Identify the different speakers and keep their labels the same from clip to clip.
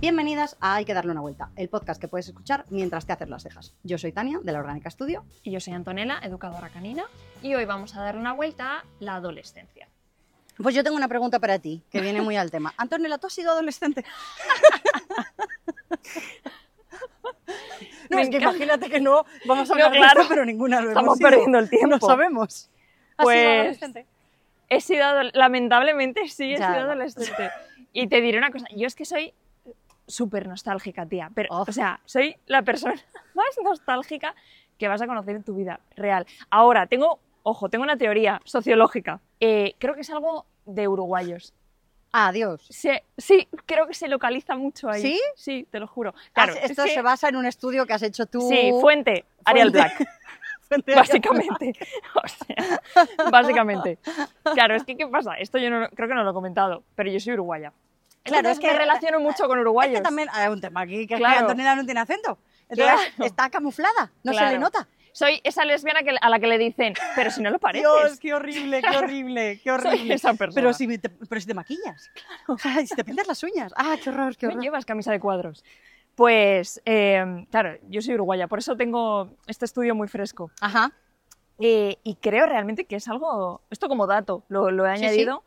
Speaker 1: Bienvenidas a Hay que darle una vuelta, el podcast que puedes escuchar mientras te haces las cejas. Yo soy Tania, de la Orgánica Studio.
Speaker 2: Y yo soy Antonella, educadora canina, y hoy vamos a dar una vuelta a la adolescencia.
Speaker 1: Pues yo tengo una pregunta para ti, que viene muy al tema. Antonella, ¿tú has sido adolescente? no,
Speaker 2: Me
Speaker 1: es que
Speaker 2: encanta.
Speaker 1: imagínate que no vamos a
Speaker 2: No,
Speaker 1: hablar de
Speaker 2: claro.
Speaker 1: esto, pero ninguna lo hemos
Speaker 3: Estamos
Speaker 1: sido.
Speaker 3: perdiendo el tiempo.
Speaker 1: No sabemos.
Speaker 2: ¿Has sido
Speaker 3: Pues-
Speaker 2: adolescente?
Speaker 3: He sido, adol- lamentablemente, sí, he
Speaker 1: Ya.
Speaker 3: sido adolescente. Y te diré una cosa, yo es que soy súper nostálgica, tía. Pero,
Speaker 1: Oh.
Speaker 3: o sea, soy la persona más nostálgica que vas a conocer en tu vida real. Ahora, tengo, ojo, tengo una teoría sociológica. Eh, creo que es algo de uruguayos.
Speaker 1: Adiós.
Speaker 3: Se- sí, creo que se localiza mucho ahí.
Speaker 1: ¿Sí? Ah,
Speaker 3: Sí, te lo juro. Claro, es
Speaker 1: esto
Speaker 3: que-
Speaker 1: se basa en un estudio que has hecho tú.
Speaker 3: Sí, fuente, Ariel
Speaker 1: Fuente.
Speaker 3: Black.
Speaker 1: Fuente-
Speaker 3: básicamente. O sea, básicamente. Claro, es que ¿qué pasa? Esto yo no, lo- creo que no lo he comentado, pero yo soy uruguaya.
Speaker 1: Claro,
Speaker 3: Claro,
Speaker 1: es
Speaker 3: es
Speaker 1: que-
Speaker 3: me relaciono mucho con
Speaker 1: Es
Speaker 3: uruguayos.
Speaker 1: que también hay un tema aquí, que, es que
Speaker 3: Claro.
Speaker 1: Antonella no tiene acento. Entonces
Speaker 3: Claro.
Speaker 1: está camuflada, no se
Speaker 3: Claro.
Speaker 1: le nota.
Speaker 3: Soy esa lesbiana que- a la que le dicen, pero si no lo pareces.
Speaker 1: Dios, qué horrible, qué horrible, qué
Speaker 3: soy
Speaker 1: horrible.
Speaker 3: esa persona.
Speaker 1: Pero si, me te, pero si te maquillas, claro. si te pintas las uñas. Ah, qué horror, qué
Speaker 3: no
Speaker 1: horror.
Speaker 3: llevas camisa de cuadros. Pues, eh, claro, yo soy uruguaya, por eso tengo este estudio muy fresco.
Speaker 1: Ajá.
Speaker 3: Eh, y creo realmente que es algo, esto como dato, lo, lo he
Speaker 1: Sí, sí.
Speaker 3: añadido,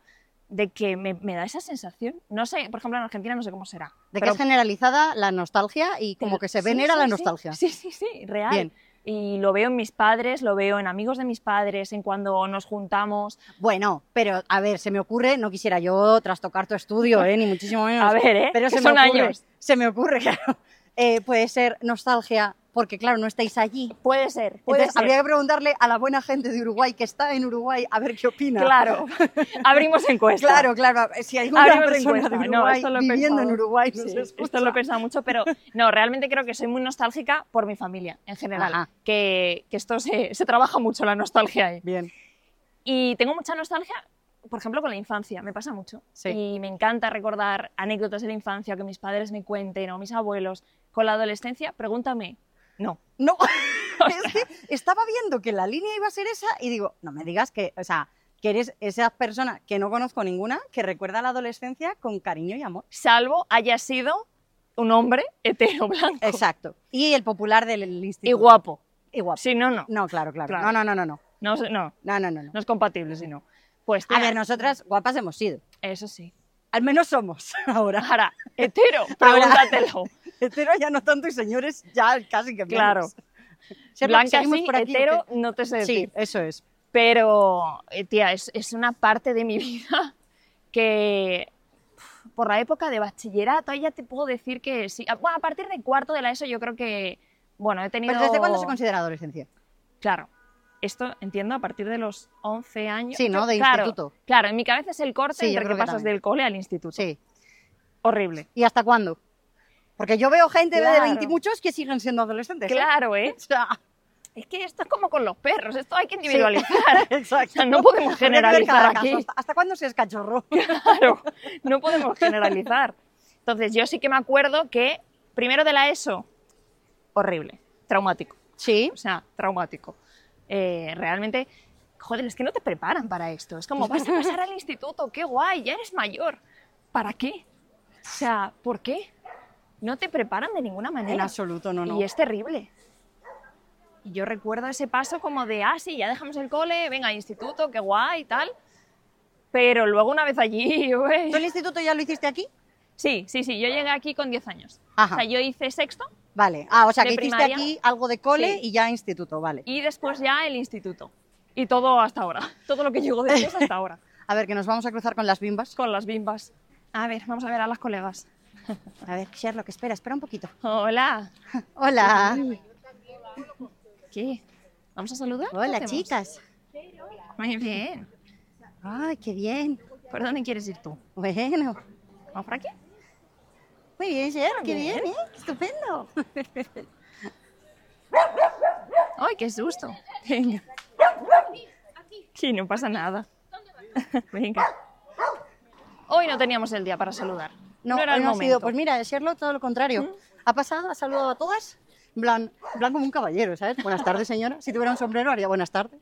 Speaker 3: de que me, me da esa sensación. No sé, por ejemplo, en Argentina no sé cómo será.
Speaker 1: De que
Speaker 3: pero
Speaker 1: es generalizada la nostalgia y como que se
Speaker 3: Sí,
Speaker 1: venera
Speaker 3: sí,
Speaker 1: la
Speaker 3: sí.
Speaker 1: nostalgia.
Speaker 3: Sí, sí, sí, real.
Speaker 1: Bien.
Speaker 3: Y lo veo en mis padres, lo veo en amigos de mis padres, en cuando nos juntamos.
Speaker 1: Bueno, pero a ver, se me ocurre, no quisiera yo trastocar tu estudio, ¿eh? ni muchísimo menos.
Speaker 3: A ver, ¿eh?
Speaker 1: pero
Speaker 3: Que
Speaker 1: se
Speaker 3: son
Speaker 1: me ocurre,
Speaker 3: años.
Speaker 1: se me ocurre, claro. Eh, puede ser nostalgia, porque claro, no estáis allí.
Speaker 3: Puede ser, puede
Speaker 1: Entonces
Speaker 3: ser.
Speaker 1: habría que preguntarle a la buena gente de Uruguay que está en Uruguay a ver qué opina.
Speaker 3: Claro, abrimos encuesta.
Speaker 1: Claro, claro. Si hay una
Speaker 3: Abrimos
Speaker 1: persona
Speaker 3: encuesta.
Speaker 1: de
Speaker 3: No,
Speaker 1: Uruguay
Speaker 3: esto lo he
Speaker 1: viviendo en
Speaker 3: pensado.
Speaker 1: Uruguay, nos
Speaker 3: Sí,
Speaker 1: escucha.
Speaker 3: esto lo he pensado mucho, pero no, realmente creo que soy muy nostálgica por mi familia en general.
Speaker 1: Ajá.
Speaker 3: Que, que esto se, se trabaja mucho la nostalgia ahí.
Speaker 1: Bien.
Speaker 3: Y tengo mucha nostalgia, por ejemplo, con la infancia, me pasa mucho.
Speaker 1: Sí.
Speaker 3: Y me encanta recordar anécdotas de la infancia que mis padres me cuenten o mis abuelos. Con la adolescencia, pregúntame. No.
Speaker 1: No, es que estaba viendo que la línea iba a ser esa y digo, no me digas que, o sea, que eres esa persona que no conozco ninguna que recuerda la adolescencia con cariño y amor.
Speaker 3: Salvo haya sido un hombre hetero blanco
Speaker 1: Exacto. Y el popular del
Speaker 3: y
Speaker 1: instituto.
Speaker 3: guapo.
Speaker 1: Y guapo.
Speaker 3: Si no, no.
Speaker 1: No, claro, claro.
Speaker 3: Claro.
Speaker 1: No, no, no, no, no.
Speaker 3: No, es- no,
Speaker 1: No, no, no, no.
Speaker 3: no es compatible, si no. Pues
Speaker 1: A
Speaker 3: tía,
Speaker 1: ver, nosotras guapas hemos sido.
Speaker 3: eso sí.
Speaker 1: Al menos somos ahora.
Speaker 3: Ahora, hetero, pregúntatelo.
Speaker 1: Hetero ya no tanto y señores ya casi que menos.
Speaker 3: Claro.
Speaker 1: Ser-
Speaker 3: Blanca
Speaker 1: seguimos
Speaker 3: sí,
Speaker 1: por aquí,
Speaker 3: hetero,
Speaker 1: ¿o
Speaker 3: no te sé
Speaker 1: qué?
Speaker 3: decir.
Speaker 1: Sí, eso es.
Speaker 3: Pero, eh, tía, es, es una parte de mi vida que uf, por la época de bachillerato, ahí ya te puedo decir que sí. Ah, Bueno, a partir de cuarto de la ESO yo creo que, bueno, he tenido...
Speaker 1: ¿Pero desde cuándo se considera adolescencia?
Speaker 3: Claro, esto entiendo a partir de los 11 años.
Speaker 1: Sí, ¿no? De
Speaker 3: Claro,
Speaker 1: instituto.
Speaker 3: Claro, en mi cabeza es el corte
Speaker 1: Sí, yo
Speaker 3: entre
Speaker 1: creo
Speaker 3: que
Speaker 1: que
Speaker 3: pasas
Speaker 1: también.
Speaker 3: del cole al instituto.
Speaker 1: Sí.
Speaker 3: Horrible.
Speaker 1: ¿Y hasta cuándo? Porque yo veo gente de
Speaker 3: Claro.
Speaker 1: 20 y muchos que siguen siendo adolescentes. ¿eh?
Speaker 3: Claro, ¿eh?
Speaker 1: O sea,
Speaker 3: Es que esto es como con los perros, esto hay que individualizar. O
Speaker 1: exacto.
Speaker 3: sea, no podemos
Speaker 1: Habría que ver Pues cada
Speaker 3: generalizar
Speaker 1: caso.
Speaker 3: aquí.
Speaker 1: ¿Hasta, hasta cuándo se es cachorro?
Speaker 3: Claro, no podemos generalizar. Entonces, yo sí que me acuerdo que primero de la ESO, horrible, traumático,
Speaker 1: Sí.
Speaker 3: o sea, traumático. Eh, realmente, joder, es que no te preparan para esto. Es como, vas a pasar al instituto, qué guay, ya eres mayor. ¿Para qué? O sea, ¿por qué? No te preparan de ninguna manera.
Speaker 1: En absoluto, no, no.
Speaker 3: Y es terrible. Y yo recuerdo ese paso como de, ah, sí, ya dejamos el cole, venga, instituto, qué guay y tal. Pero luego una vez allí, güey.
Speaker 1: ¿Tú el instituto ya lo hiciste aquí?
Speaker 3: Sí, sí, sí, yo llegué aquí con 10 años.
Speaker 1: Ajá.
Speaker 3: O sea, yo hice sexto
Speaker 1: Vale. Ah, o sea,
Speaker 3: De
Speaker 1: que hiciste
Speaker 3: primaria.
Speaker 1: aquí algo de cole
Speaker 3: Sí.
Speaker 1: y ya instituto, vale.
Speaker 3: y después ya el instituto. Y todo hasta ahora. Todo lo que llegó después hasta ahora.
Speaker 1: A ver, que nos vamos a cruzar con las bimbas.
Speaker 3: Con las bimbas. A ver, vamos a ver a las colegas.
Speaker 1: A ver, Sherlock, espera, espera un poquito.
Speaker 3: Hola.
Speaker 1: Hola.
Speaker 3: ¿Qué? ¿Vamos a saludar? ¿Qué
Speaker 1: Hola,
Speaker 3: hacemos?
Speaker 1: chicas.
Speaker 3: Muy bien.
Speaker 1: Ay, Ah, qué bien.
Speaker 3: ¿Por dónde quieres ir tú?
Speaker 1: Bueno.
Speaker 3: ¿Vamos por aquí?
Speaker 1: Muy bien, Sherlock, qué
Speaker 3: Bien.
Speaker 1: bien, ¿eh? Qué estupendo.
Speaker 3: ¡Ay, qué susto! Venga. Sí, no pasa nada. Venga. Hoy no teníamos el día para saludar. No, era
Speaker 1: hoy
Speaker 3: el
Speaker 1: no ha
Speaker 3: momento.
Speaker 1: sido. Pues mira, Sherlock todo lo contrario. Ha pasado, ha saludado a todas, en plan, en plan como un caballero, ¿sabes? Buenas tardes, señora. Si tuviera un sombrero haría buenas tardes.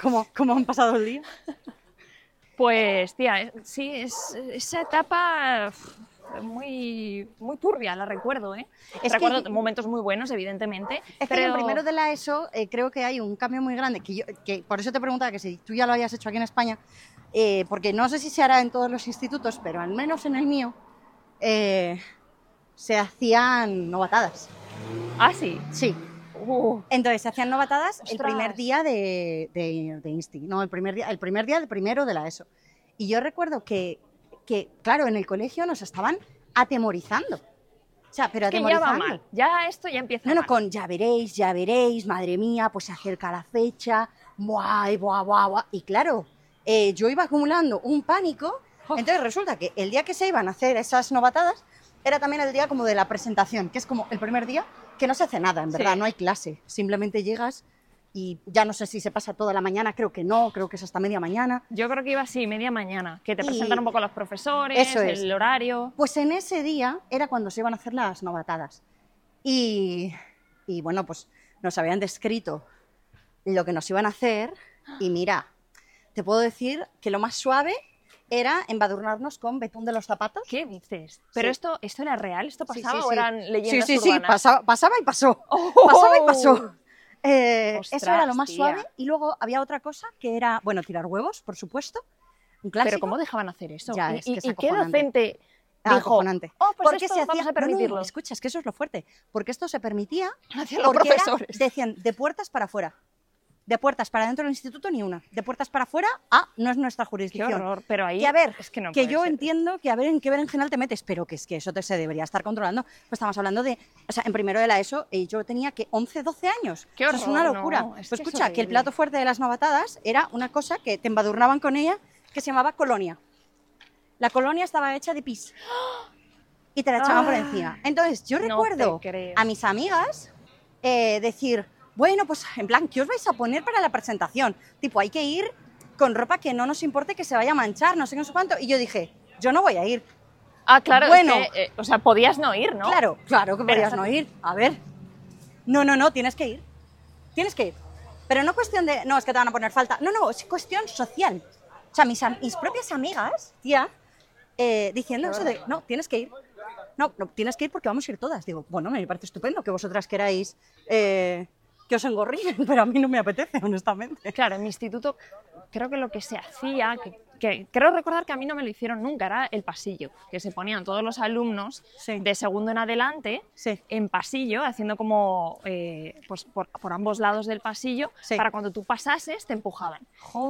Speaker 1: ¿Cómo, cómo han pasado el día?
Speaker 3: eh, Pues, tía, es- sí, es, esa etapa uf, muy, muy turbia, la recuerdo, ¿eh?
Speaker 1: Es
Speaker 3: recuerdo
Speaker 1: que-
Speaker 3: momentos muy buenos, evidentemente.
Speaker 1: Es que en
Speaker 3: pero-
Speaker 1: primero de la ESO eh, creo que hay un cambio muy grande, que, yo, que por eso te preguntaba que si tú ya lo habías hecho aquí en España, eh, porque no sé si se hará en todos los institutos, pero al menos en el mío eh, se hacían novatadas.
Speaker 3: Ah, sí.
Speaker 1: Sí,
Speaker 3: Uh,
Speaker 1: entonces se hacían novatadas el
Speaker 3: Ostras.
Speaker 1: primer día de, de, de Insti, no, el primer día, el primer día del primero de la ESO. Y yo recuerdo que, que, claro, en el colegio nos estaban atemorizando. O sea, pero
Speaker 3: es que ya
Speaker 1: atemorizando.
Speaker 3: va mal. Ya esto ya empieza
Speaker 1: No, no,
Speaker 3: mal.
Speaker 1: con ya veréis, ya veréis, madre mía, pues se acerca la fecha, buah, y buah, buah, buah. Y claro, eh, yo iba acumulando un pánico, entonces resulta que el día que se iban a hacer esas novatadas era también el día como de la presentación, que es como el primer día que no se hace nada, en
Speaker 3: Sí.
Speaker 1: verdad, no hay clase, simplemente llegas y ya no sé si se pasa toda la mañana, creo que no, creo que es hasta media mañana.
Speaker 3: Yo creo que iba así, media mañana, que te
Speaker 1: Y-
Speaker 3: presentan un poco los profesores,
Speaker 1: Eso es.
Speaker 3: el horario.
Speaker 1: Pues en ese día era cuando se iban a hacer las novatadas. Y, y, bueno, pues nos habían descrito lo que nos iban a hacer. Y mira, te puedo decir que lo más suave era embadurnarnos con betún de los zapatos.
Speaker 3: ¿Qué dices? ¿Pero
Speaker 1: Sí.
Speaker 3: esto, esto era real? ¿Esto
Speaker 1: Sí,
Speaker 3: pasaba
Speaker 1: sí,
Speaker 3: o
Speaker 1: sí.
Speaker 3: eran leyendas
Speaker 1: Sí, sí, sí,
Speaker 3: urbanas?
Speaker 1: pasa- pasaba y pasó.
Speaker 3: Oh.
Speaker 1: Pasaba y pasó. Eh,
Speaker 3: Ostras,
Speaker 1: eso era lo más
Speaker 3: tía.
Speaker 1: suave. Y luego había otra cosa que era, bueno, tirar huevos, por supuesto. Un clásico. ah,
Speaker 3: Pero ¿cómo dejaban hacer eso?
Speaker 1: Ya,
Speaker 3: ¿Y,
Speaker 1: es que
Speaker 3: y-
Speaker 1: es
Speaker 3: y qué
Speaker 1: acojonante.
Speaker 3: docente
Speaker 1: Ah,
Speaker 3: dijo,
Speaker 1: acojonante.
Speaker 3: oh, pues
Speaker 1: Porque
Speaker 3: esto
Speaker 1: se
Speaker 3: vamos
Speaker 1: hacía-
Speaker 3: a permitirlo?
Speaker 1: No, no, escucha, es que eso es lo fuerte. Porque esto se permitía
Speaker 3: Hacia los
Speaker 1: porque era-
Speaker 3: profesores.
Speaker 1: decían de puertas para afuera. De puertas para dentro del instituto ni una. De puertas para afuera, ah, no es nuestra
Speaker 3: Qué
Speaker 1: jurisdicción.
Speaker 3: horror, pero ahí
Speaker 1: Que a ver,
Speaker 3: es que no
Speaker 1: que
Speaker 3: puede
Speaker 1: yo
Speaker 3: ser.
Speaker 1: entiendo que a ver en qué berenjenal te metes, pero que es que eso te, se debería estar controlando. Pues estamos hablando de, o sea, en primero de la ESO eh, yo tenía que 11, 12 años.
Speaker 3: Qué
Speaker 1: Eso es una
Speaker 3: horror,
Speaker 1: locura.
Speaker 3: no, es
Speaker 1: Pues
Speaker 3: que es
Speaker 1: escucha, que el
Speaker 3: horrible.
Speaker 1: plato fuerte de las novatadas era una cosa que te embadurnaban con ella que se llamaba colonia. La colonia estaba hecha de pis. Y te la echaban por
Speaker 3: Ah.
Speaker 1: encima. Entonces, yo
Speaker 3: No te
Speaker 1: recuerdo
Speaker 3: creo.
Speaker 1: a mis amigas eh, decir, bueno, pues en plan, ¿qué os vais a poner para la presentación? Tipo, hay que ir con ropa que no nos importe que se vaya a manchar, no sé qué, no sé cuánto. Y yo dije, yo no voy a ir.
Speaker 3: Ah, claro, es
Speaker 1: Bueno.
Speaker 3: que, eh, o sea, podías no ir, ¿no?
Speaker 1: Claro, claro que
Speaker 3: Pero
Speaker 1: podrías
Speaker 3: eso-
Speaker 1: no ir. A ver. No, no, no, tienes que ir. Tienes que ir. Pero no cuestión de, no, es que te van a poner falta. No, no, es cuestión social. O sea, mis, am- mis propias amigas, tía, eh, diciendo eso de, no, tienes que ir. No, no, tienes que ir porque vamos a ir todas. Digo, bueno, me parece estupendo que vosotras queráis eh, que os engorrillen, pero a mí no me apetece, honestamente.
Speaker 3: Claro, en mi instituto creo que lo que se hacía, que, que creo recordar que a mí no me lo hicieron nunca, era el pasillo, que se ponían todos los alumnos
Speaker 1: Sí.
Speaker 3: de segundo en adelante
Speaker 1: Sí.
Speaker 3: en pasillo, haciendo como eh, pues por, por ambos lados del pasillo,
Speaker 1: Sí.
Speaker 3: para cuando tú pasases te empujaban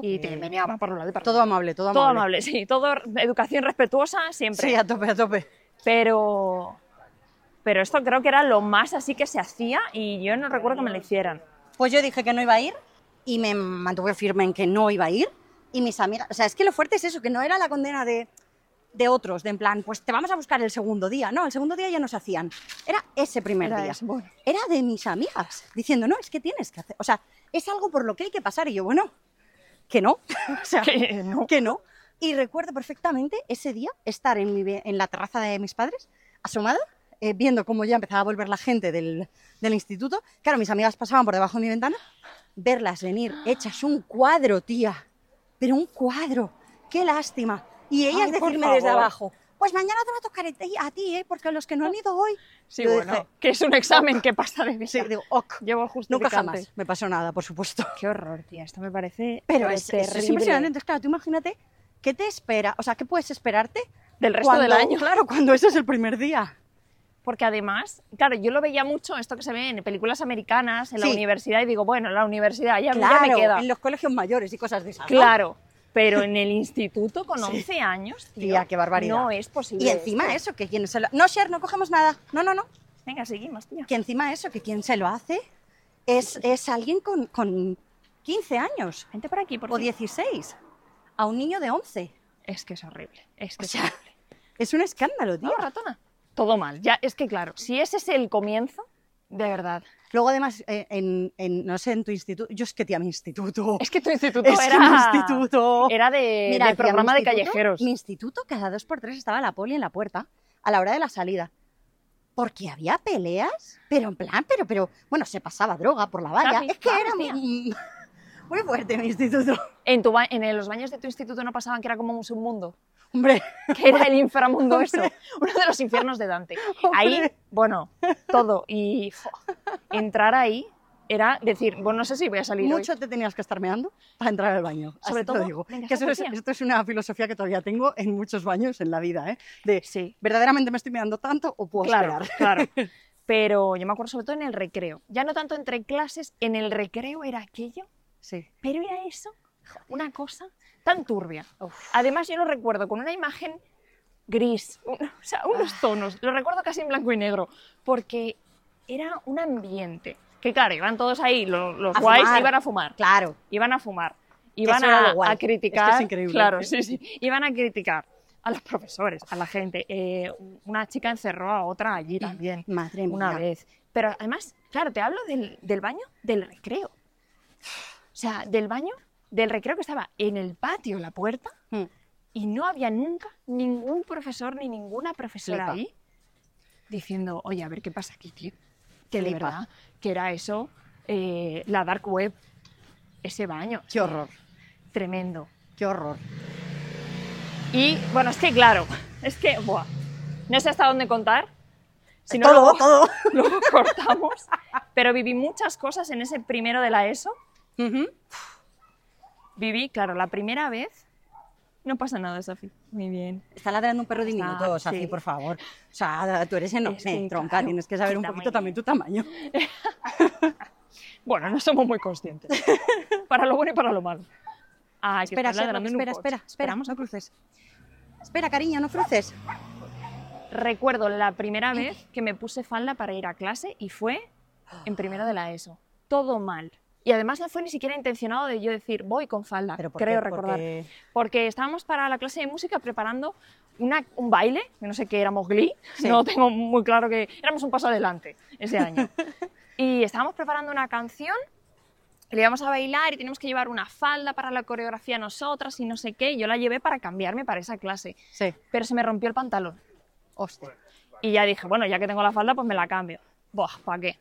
Speaker 3: y te
Speaker 1: Joder.
Speaker 3: meneaban por un lado y por otro.
Speaker 1: Todo amable, todo amable.
Speaker 3: Todo amable, sí, todo educación respetuosa siempre.
Speaker 1: Sí, a tope, a tope.
Speaker 3: Pero, pero esto creo que era lo más así que se hacía y yo no recuerdo que me lo hicieran.
Speaker 1: Pues yo dije que no iba a ir y me mantuve firme en que no iba a ir. Y mis amigas, o sea, es que lo fuerte es eso, que no era la condena de, de otros, de en plan, pues te vamos a buscar el segundo día. No, el segundo día ya nos hacían. Era ese primer
Speaker 3: Era
Speaker 1: día.
Speaker 3: ese, bueno.
Speaker 1: Era de mis amigas, diciendo, no, es que tienes que hacer. O sea, es algo por lo que hay que pasar. Y yo, bueno, que no. O sea,
Speaker 3: Que no.
Speaker 1: que no. Y recuerdo perfectamente ese día estar en, mi be- en la terraza de mis padres, asomada, eh, viendo cómo ya empezaba a volver la gente del, del instituto. Claro, mis amigas pasaban por debajo de mi ventana, verlas venir hechas un cuadro, tía. Pero un cuadro. Qué lástima. Y ellas
Speaker 3: Ay, por
Speaker 1: decirme desde
Speaker 3: favor.
Speaker 1: abajo, pues mañana te va a tocar a ti- a ti, ¿eh? porque los que no han ido hoy.
Speaker 3: Sí,
Speaker 1: Yo
Speaker 3: bueno,
Speaker 1: dije,
Speaker 3: que es un examen que pasa de vida.
Speaker 1: sí, digo, ok.
Speaker 3: Llevo el justificante.
Speaker 1: Nunca jamás me pasó nada, por supuesto.
Speaker 3: Qué horror, tía. Esto me parece. eh,
Speaker 1: Pero es, es- es
Speaker 3: terrible.
Speaker 1: impresionante. Entonces, claro, tú imagínate qué te espera, o sea, qué puedes esperarte
Speaker 3: Del resto del
Speaker 1: cuando-
Speaker 3: año.
Speaker 1: Claro, cuando ese es el primer día.
Speaker 3: Porque además, claro, yo lo veía mucho, esto que se ve en películas americanas, en la
Speaker 1: Sí.
Speaker 3: universidad, y digo, bueno, la universidad ya, ya me
Speaker 1: claro,
Speaker 3: queda.
Speaker 1: en los colegios mayores y cosas de esas. ¿no?
Speaker 3: Claro. Pero en el instituto con 11 años, tío,
Speaker 1: Tía, qué barbaridad.
Speaker 3: No es posible.
Speaker 1: Y encima
Speaker 3: esto.
Speaker 1: eso, que quien se lo... No, Sher, no cogemos nada. No, no, no.
Speaker 3: Venga, seguimos, tía.
Speaker 1: Que encima eso, que quien se lo hace es, es alguien con, con 15 años
Speaker 3: Vente por aquí, por
Speaker 1: o 16. A un niño de 11.
Speaker 3: Es que es horrible. Es que
Speaker 1: O
Speaker 3: es
Speaker 1: sea,
Speaker 3: horrible.
Speaker 1: es un escándalo, tío.
Speaker 3: No, ratona. Todo mal. Ya, es que claro, si ese es el comienzo, de verdad.
Speaker 1: Luego además, eh, en, en- no sé, en tu instituto... Yo es que, tía, mi instituto...
Speaker 3: Es que tu instituto
Speaker 1: Es que
Speaker 3: era.
Speaker 1: mi instituto.
Speaker 3: Era de,
Speaker 1: Mira,
Speaker 3: de
Speaker 1: tía, mi
Speaker 3: Eh, programa de
Speaker 1: instituto-
Speaker 3: callejeros.
Speaker 1: Mi instituto cada dos por tres estaba la poli en la puerta a la hora de la salida. Porque había peleas, pero en plan, pero, pero, bueno, se pasaba droga por la valla.
Speaker 3: Casi,
Speaker 1: es que
Speaker 3: vamos,
Speaker 1: era
Speaker 3: tía.
Speaker 1: muy, muy fuerte mi instituto.
Speaker 3: En, tu ba- en el- los baños de tu instituto no pasaban que era como un submundo.
Speaker 1: Hombre,
Speaker 3: que era el inframundo
Speaker 1: Hombre.
Speaker 3: eso, uno de los infiernos de Dante. Ahí,
Speaker 1: Hombre.
Speaker 3: bueno, todo. Y fo, entrar ahí era decir, bueno, no sé si voy a salir
Speaker 1: mucho
Speaker 3: hoy.
Speaker 1: te tenías que estar meando para entrar al baño.
Speaker 3: Sobre
Speaker 1: así te
Speaker 3: todo,
Speaker 1: lo digo.
Speaker 3: venga,
Speaker 1: Que eso es-
Speaker 3: Sofía.
Speaker 1: esto es una filosofía que todavía tengo en muchos baños en la vida, ¿eh? De
Speaker 3: Sí,
Speaker 1: verdaderamente me estoy meando tanto o puedo
Speaker 3: claro,
Speaker 1: esperar.
Speaker 3: claro. Pero yo me acuerdo sobre todo en el recreo. Ya no tanto entre clases, en el recreo era aquello,
Speaker 1: Sí.
Speaker 3: pero era eso, una cosa tan turbia.
Speaker 1: Uf.
Speaker 3: Además, yo lo recuerdo con una imagen gris, un- o sea,
Speaker 1: Ah.
Speaker 3: unos tonos, lo recuerdo casi en blanco y negro, porque era un ambiente. Que claro, iban todos ahí, lo- los
Speaker 1: A
Speaker 3: guays
Speaker 1: fumar.
Speaker 3: iban a fumar,
Speaker 1: Claro.
Speaker 3: iban a fumar, iban
Speaker 1: eso era
Speaker 3: a,
Speaker 1: lo guay.
Speaker 3: a
Speaker 1: Es
Speaker 3: criticar.
Speaker 1: que es increíble.
Speaker 3: Claro, sí, sí, iban a criticar a los profesores, a la gente. Eh, una chica encerró a otra allí también,
Speaker 1: Madre mía.
Speaker 3: una vez. Pero además, claro, te hablo del, del baño del recreo. O sea, del baño del recreo que estaba en el patio, la puerta,
Speaker 1: Mm.
Speaker 3: y no había nunca ningún profesor ni ninguna profesora
Speaker 1: Flipa.
Speaker 3: ahí diciendo, oye, a ver qué pasa aquí, tío. Que de
Speaker 1: Flipa.
Speaker 3: verdad, que era eso, eh, la dark web, ese baño,
Speaker 1: Qué horror,
Speaker 3: tremendo.
Speaker 1: qué horror.
Speaker 3: Y bueno, es que claro, es que, buah, no sé hasta dónde contar. Si no,
Speaker 1: todo,
Speaker 3: luego-
Speaker 1: todo.
Speaker 3: luego cortamos. Pero viví muchas cosas en ese primero de la ESO.
Speaker 1: Ujú.
Speaker 3: Viví, claro, la primera vez. No pasa nada, Sofi. Muy bien.
Speaker 1: Está ladrando un perro diminuto,
Speaker 3: sí.
Speaker 1: Safi, por favor. O sea, tú eres enorme,
Speaker 3: Es que,
Speaker 1: tronca,
Speaker 3: claro,
Speaker 1: tienes que saber un
Speaker 3: tamaño.
Speaker 1: poquito también tu tamaño.
Speaker 3: Bueno, no somos muy conscientes. Para lo bueno y para lo malo. Ay, que
Speaker 1: Espera,
Speaker 3: está
Speaker 1: espera,
Speaker 3: ladrando en un
Speaker 1: espera,
Speaker 3: coche.
Speaker 1: espera, espera,
Speaker 3: Esperamos.
Speaker 1: no cruces. Espera, cariño, no cruces.
Speaker 3: Recuerdo la primera vez que me puse falda para ir a clase y fue en primero de la ESO. Todo mal. Y además no fue ni siquiera intencionado de yo decir voy con falda.
Speaker 1: Pero ¿por
Speaker 3: creo
Speaker 1: qué?
Speaker 3: recordar.
Speaker 1: Porque-
Speaker 3: porque estábamos para la clase de música preparando una- un baile, yo no sé qué éramos Glee,
Speaker 1: Sí.
Speaker 3: no tengo muy claro que éramos un paso adelante ese año. y estábamos preparando una canción, y le íbamos a bailar y teníamos que llevar una falda para la coreografía nosotras y no sé qué, y yo la llevé para cambiarme para esa clase,
Speaker 1: Sí,
Speaker 3: pero se me rompió el pantalón.
Speaker 1: hostia.
Speaker 3: Y ya dije, bueno, ya que tengo la falda, pues me la cambio. Buah, ¿para qué?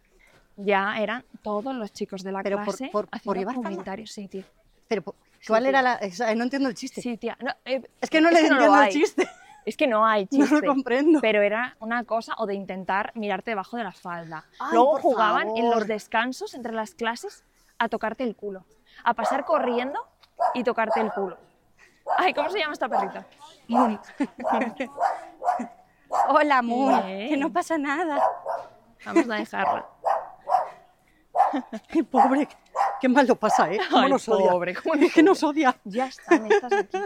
Speaker 3: Ya eran todos los chicos de la
Speaker 1: Pero por-
Speaker 3: clase
Speaker 1: por- por
Speaker 3: haciendo
Speaker 1: llevar falda.
Speaker 3: comentarios. Sí, tía.
Speaker 1: Pero, ¿cuál
Speaker 3: sí.
Speaker 1: era la...? o sea, no entiendo el chiste.
Speaker 3: Sí, tía. No, eh,
Speaker 1: Este Es que no le
Speaker 3: lo
Speaker 1: entiendo el
Speaker 3: hay.
Speaker 1: chiste.
Speaker 3: Es que no hay
Speaker 1: No
Speaker 3: chiste.
Speaker 1: lo comprendo.
Speaker 3: pero era una cosa o de intentar mirarte debajo de la falda.
Speaker 1: Ay,
Speaker 3: Luego
Speaker 1: por
Speaker 3: jugaban en
Speaker 1: favor.
Speaker 3: los descansos entre las clases a tocarte el culo, a pasar corriendo y tocarte el culo. Ay, ¿cómo se llama esta perrita?
Speaker 1: Moon. Hola, Moon.
Speaker 3: Bien.
Speaker 1: Que no pasa nada.
Speaker 3: Vamos a dejarla.
Speaker 1: Qué pobre. Qué mal lo pasa, ¿eh? ¿Cómo
Speaker 3: Ay,
Speaker 1: nos odia?
Speaker 3: pobre, cómo
Speaker 1: es
Speaker 3: nos
Speaker 1: que nos odia.
Speaker 3: Ya está, me estás aquí.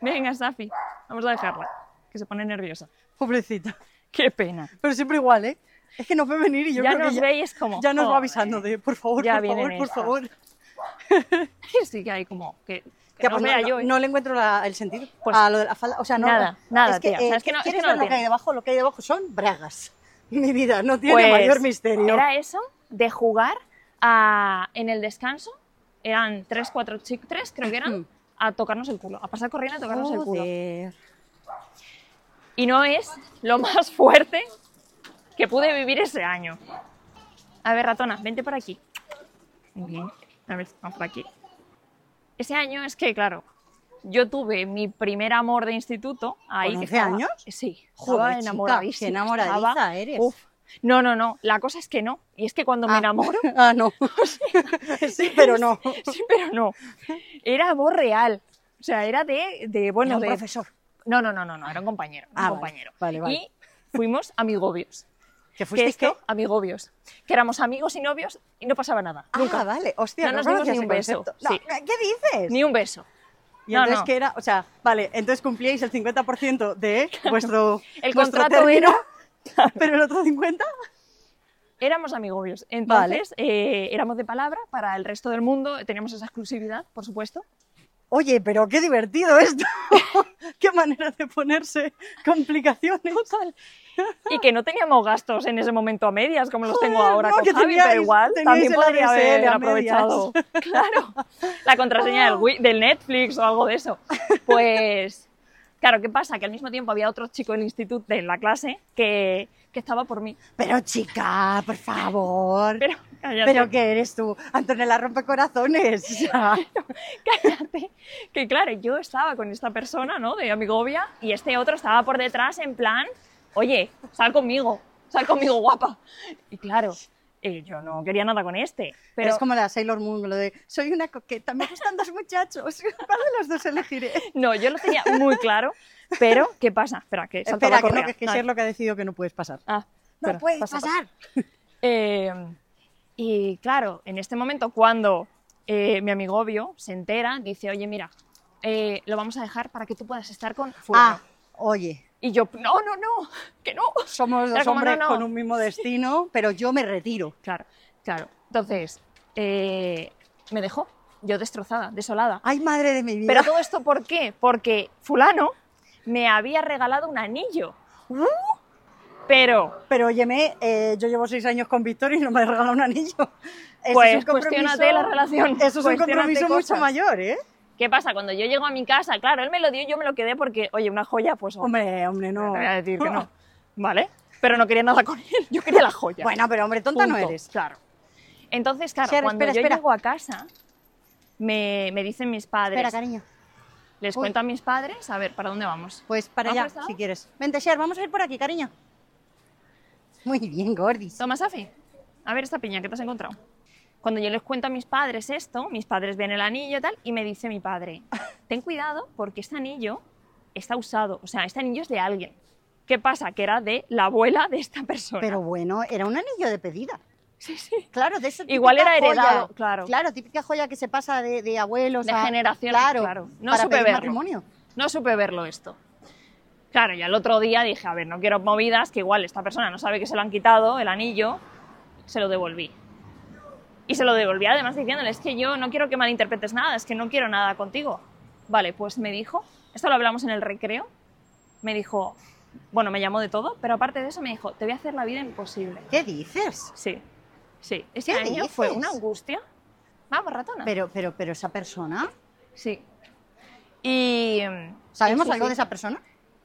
Speaker 3: Venga, Safi, vamos a dejarla, que se pone nerviosa.
Speaker 1: Pobrecita.
Speaker 3: Qué pena.
Speaker 1: Pero siempre igual, ¿eh? Es que nos ve venir y yo
Speaker 3: ya
Speaker 1: creo
Speaker 3: nos
Speaker 1: que
Speaker 3: veis como...
Speaker 1: ya nos va
Speaker 3: joder.
Speaker 1: avisando de, por favor,
Speaker 3: Ya
Speaker 1: por favor,
Speaker 3: vienen
Speaker 1: por
Speaker 3: estas.
Speaker 1: favor.
Speaker 3: Sí, que hay como... Que, que
Speaker 1: Que,
Speaker 3: no
Speaker 1: pues,
Speaker 3: vea
Speaker 1: no,
Speaker 3: yo. ¿eh?
Speaker 1: no le encuentro la- el sentido
Speaker 3: Pues,
Speaker 1: a lo de la falda. O sea, no,
Speaker 3: nada, nada,
Speaker 1: es que,
Speaker 3: tía. O sea, es que no- es
Speaker 1: ¿Quieres
Speaker 3: que no
Speaker 1: ver
Speaker 3: lo
Speaker 1: lo que hay
Speaker 3: tiene.
Speaker 1: debajo? Lo que hay debajo son bragas. Mi vida, no tiene
Speaker 3: Pues,
Speaker 1: mayor misterio.
Speaker 3: Era eso de jugar a, en el descanso, eran tres, cuatro chicos, tres creo que eran,
Speaker 1: Mm.
Speaker 3: a tocarnos el culo, a pasar corriendo a tocarnos el culo.
Speaker 1: Joder.
Speaker 3: Y no es lo más fuerte que pude vivir ese año. A ver, ratona, vente por aquí. Muy bien, a ver, vamos por aquí. Ese año es que, claro, yo tuve mi primer amor de instituto ahí.
Speaker 1: ¿Con
Speaker 3: que
Speaker 1: 11
Speaker 3: estaba-
Speaker 1: años?
Speaker 3: Sí,
Speaker 1: Joder,
Speaker 3: estaba
Speaker 1: chica, qué
Speaker 3: enamoradísima.
Speaker 1: enamoradiza
Speaker 3: estaba-
Speaker 1: eres.
Speaker 3: Uf. No, no, no, la cosa es que no. Y es que cuando me
Speaker 1: Ah.
Speaker 3: enamoro,
Speaker 1: Ah, no. sí, pero no.
Speaker 3: sí, pero no. Era amor real. O sea, era de, de bueno,
Speaker 1: Era un
Speaker 3: de
Speaker 1: profesor.
Speaker 3: No, no, no, no, no, era un compañero, un
Speaker 1: Ah, vale,
Speaker 3: compañero.
Speaker 1: vale, vale.
Speaker 3: Y fuimos amigobios.
Speaker 1: ¿Que
Speaker 3: que
Speaker 1: fuisteis
Speaker 3: esto, amigobios. Que éramos amigos y novios y no pasaba nada.
Speaker 1: Ah,
Speaker 3: nunca.
Speaker 1: vale. Hostia,
Speaker 3: No nos dimos
Speaker 1: conocía
Speaker 3: ni
Speaker 1: ese
Speaker 3: un beso,
Speaker 1: concepto. No,
Speaker 3: sí.
Speaker 1: ¿Qué dices?
Speaker 3: Ni un beso.
Speaker 1: y
Speaker 3: no,
Speaker 1: entonces
Speaker 3: no.
Speaker 1: que era, o sea, vale, entonces cumplíais el 50% de vuestro
Speaker 3: El
Speaker 1: vuestro
Speaker 3: contrato
Speaker 1: término,
Speaker 3: era-
Speaker 1: pero el otro 50
Speaker 3: Éramos amigobios.
Speaker 1: Vale.
Speaker 3: Entonces, eh, éramos de palabra para el resto del mundo. Teníamos esa exclusividad, por supuesto.
Speaker 1: Oye, pero qué divertido esto. qué manera de ponerse complicaciones.
Speaker 3: Y que no teníamos gastos en ese momento a medias, como los tengo
Speaker 1: Ah. Joder,
Speaker 3: ahora
Speaker 1: no,
Speaker 3: con
Speaker 1: que
Speaker 3: Javi,
Speaker 1: teníais-
Speaker 3: pero igual
Speaker 1: teníais
Speaker 3: también
Speaker 1: el
Speaker 3: podría
Speaker 1: ADSL
Speaker 3: haber
Speaker 1: a
Speaker 3: aprovechado. Claro, la contraseña del, Wi- del Netflix o algo de eso. Pues, claro, ¿qué pasa? Que al mismo tiempo había otro chico del instituto, de la clase, que, que estaba por mí.
Speaker 1: Pero chica, por favor.
Speaker 3: Pero, cállate.
Speaker 1: Pero qué eres tú, Antonella rompe corazones.
Speaker 3: cállate, que claro, yo estaba con esta persona, ¿no? De amigovia, y este otro estaba por detrás en plan, oye, sal conmigo, sal conmigo, guapa. Y claro, eh, yo no quería nada con este. Pero
Speaker 1: es como la Sailor Moon, lo de soy una coqueta, me gustan dos muchachos, ¿cuál de los dos elegiré?
Speaker 3: no, yo lo tenía muy claro, pero ¿qué pasa? Espera, que salta
Speaker 1: Espera, que
Speaker 3: la
Speaker 1: no,
Speaker 3: correa.
Speaker 1: que es que
Speaker 3: No,
Speaker 1: Sherlock ha decidido que no puedes pasar.
Speaker 3: ah, espera, pasa, pasa.
Speaker 1: pasar.
Speaker 3: Eh, y claro, en este momento, cuando eh, mi amigo obvio se entera, dice, oye, mira, eh, lo vamos a dejar para que tú puedas estar con fulano".
Speaker 1: Ah, oye,
Speaker 3: Y yo, no, no, no, que no.
Speaker 1: somos
Speaker 3: Era
Speaker 1: dos
Speaker 3: como,
Speaker 1: hombres
Speaker 3: "No, no".
Speaker 1: con un mismo destino, pero yo me retiro.
Speaker 3: Claro, claro. Entonces, eh, me dejó, yo destrozada, desolada.
Speaker 1: Ay, madre de mi vida.
Speaker 3: Pero todo esto, ¿por qué? Porque fulano me había regalado un anillo. ¡Uh! Pero,
Speaker 1: Pero óyeme, eh, yo llevo seis años con Víctor y no me ha regalado un anillo. Eso
Speaker 3: Pues,
Speaker 1: es un compromiso-
Speaker 3: cuestiónate la relación,
Speaker 1: Eso es un
Speaker 3: cuestiónate
Speaker 1: compromiso mucho
Speaker 3: cosas.
Speaker 1: mayor, ¿eh?
Speaker 3: ¿qué pasa? Cuando yo llego a mi casa, claro, él me lo dio y yo me lo quedé porque, oye, una joya, pues... oh,
Speaker 1: Hombre, hombre, no.
Speaker 3: Te voy a decir que no. ¿Vale? Pero no quería nada con él. Yo quería la joya.
Speaker 1: Bueno, pero hombre, tonta no
Speaker 3: Punto.
Speaker 1: eres.
Speaker 3: Claro. Entonces, claro,
Speaker 1: Espera,
Speaker 3: cuando
Speaker 1: espera,
Speaker 3: yo
Speaker 1: espera.
Speaker 3: llego a casa, me, me dicen mis padres.
Speaker 1: Espera, cariño.
Speaker 3: les
Speaker 1: Uy.
Speaker 3: cuento a mis padres, a ver, ¿para dónde vamos?
Speaker 1: Pues para
Speaker 3: ¿Vamos
Speaker 1: allá,
Speaker 3: esta?
Speaker 1: si quieres. Vente, Sher, vamos a ir por aquí, cariño. Muy bien, Gordis.
Speaker 3: Toma, Safi. A ver esta piña, ¿qué te has encontrado? Cuando yo les cuento a mis padres esto, mis padres ven el anillo y tal, y me dice mi padre, ten cuidado porque este anillo está usado, o sea, este anillo es de alguien. ¿Qué pasa? Que era de la abuela de esta persona.
Speaker 1: Pero bueno, era un anillo de pedida.
Speaker 3: sí, sí.
Speaker 1: Claro, de esa
Speaker 3: Igual
Speaker 1: típica
Speaker 3: era heredado,
Speaker 1: joya.
Speaker 3: claro.
Speaker 1: Claro, típica joya que se pasa de, de abuelos
Speaker 3: De
Speaker 1: a...
Speaker 3: generación, claro. No
Speaker 1: para
Speaker 3: supe
Speaker 1: pedir
Speaker 3: verlo.
Speaker 1: matrimonio.
Speaker 3: No supe verlo esto. Claro, ya el otro día dije, a ver, no quiero movidas, que igual esta persona no sabe que se lo han quitado, el anillo, se lo devolví. Y se lo devolví además diciéndole, es que yo no quiero que malinterpretes nada, es que no quiero nada contigo. Vale, pues me dijo, esto lo hablamos en el recreo, me dijo, bueno, me llamó de todo, pero aparte de eso me dijo, te voy a hacer la vida imposible.
Speaker 1: ¿Qué dices?
Speaker 3: Sí, sí, ese
Speaker 1: ¿Qué
Speaker 3: año fue
Speaker 1: dices?
Speaker 3: una angustia. Vamos, ratona.
Speaker 1: Pero, pero, pero esa persona...
Speaker 3: Sí. Y... mm,
Speaker 1: ¿Sabemos
Speaker 3: sí, sí,
Speaker 1: algo
Speaker 3: sí.
Speaker 1: de esa persona?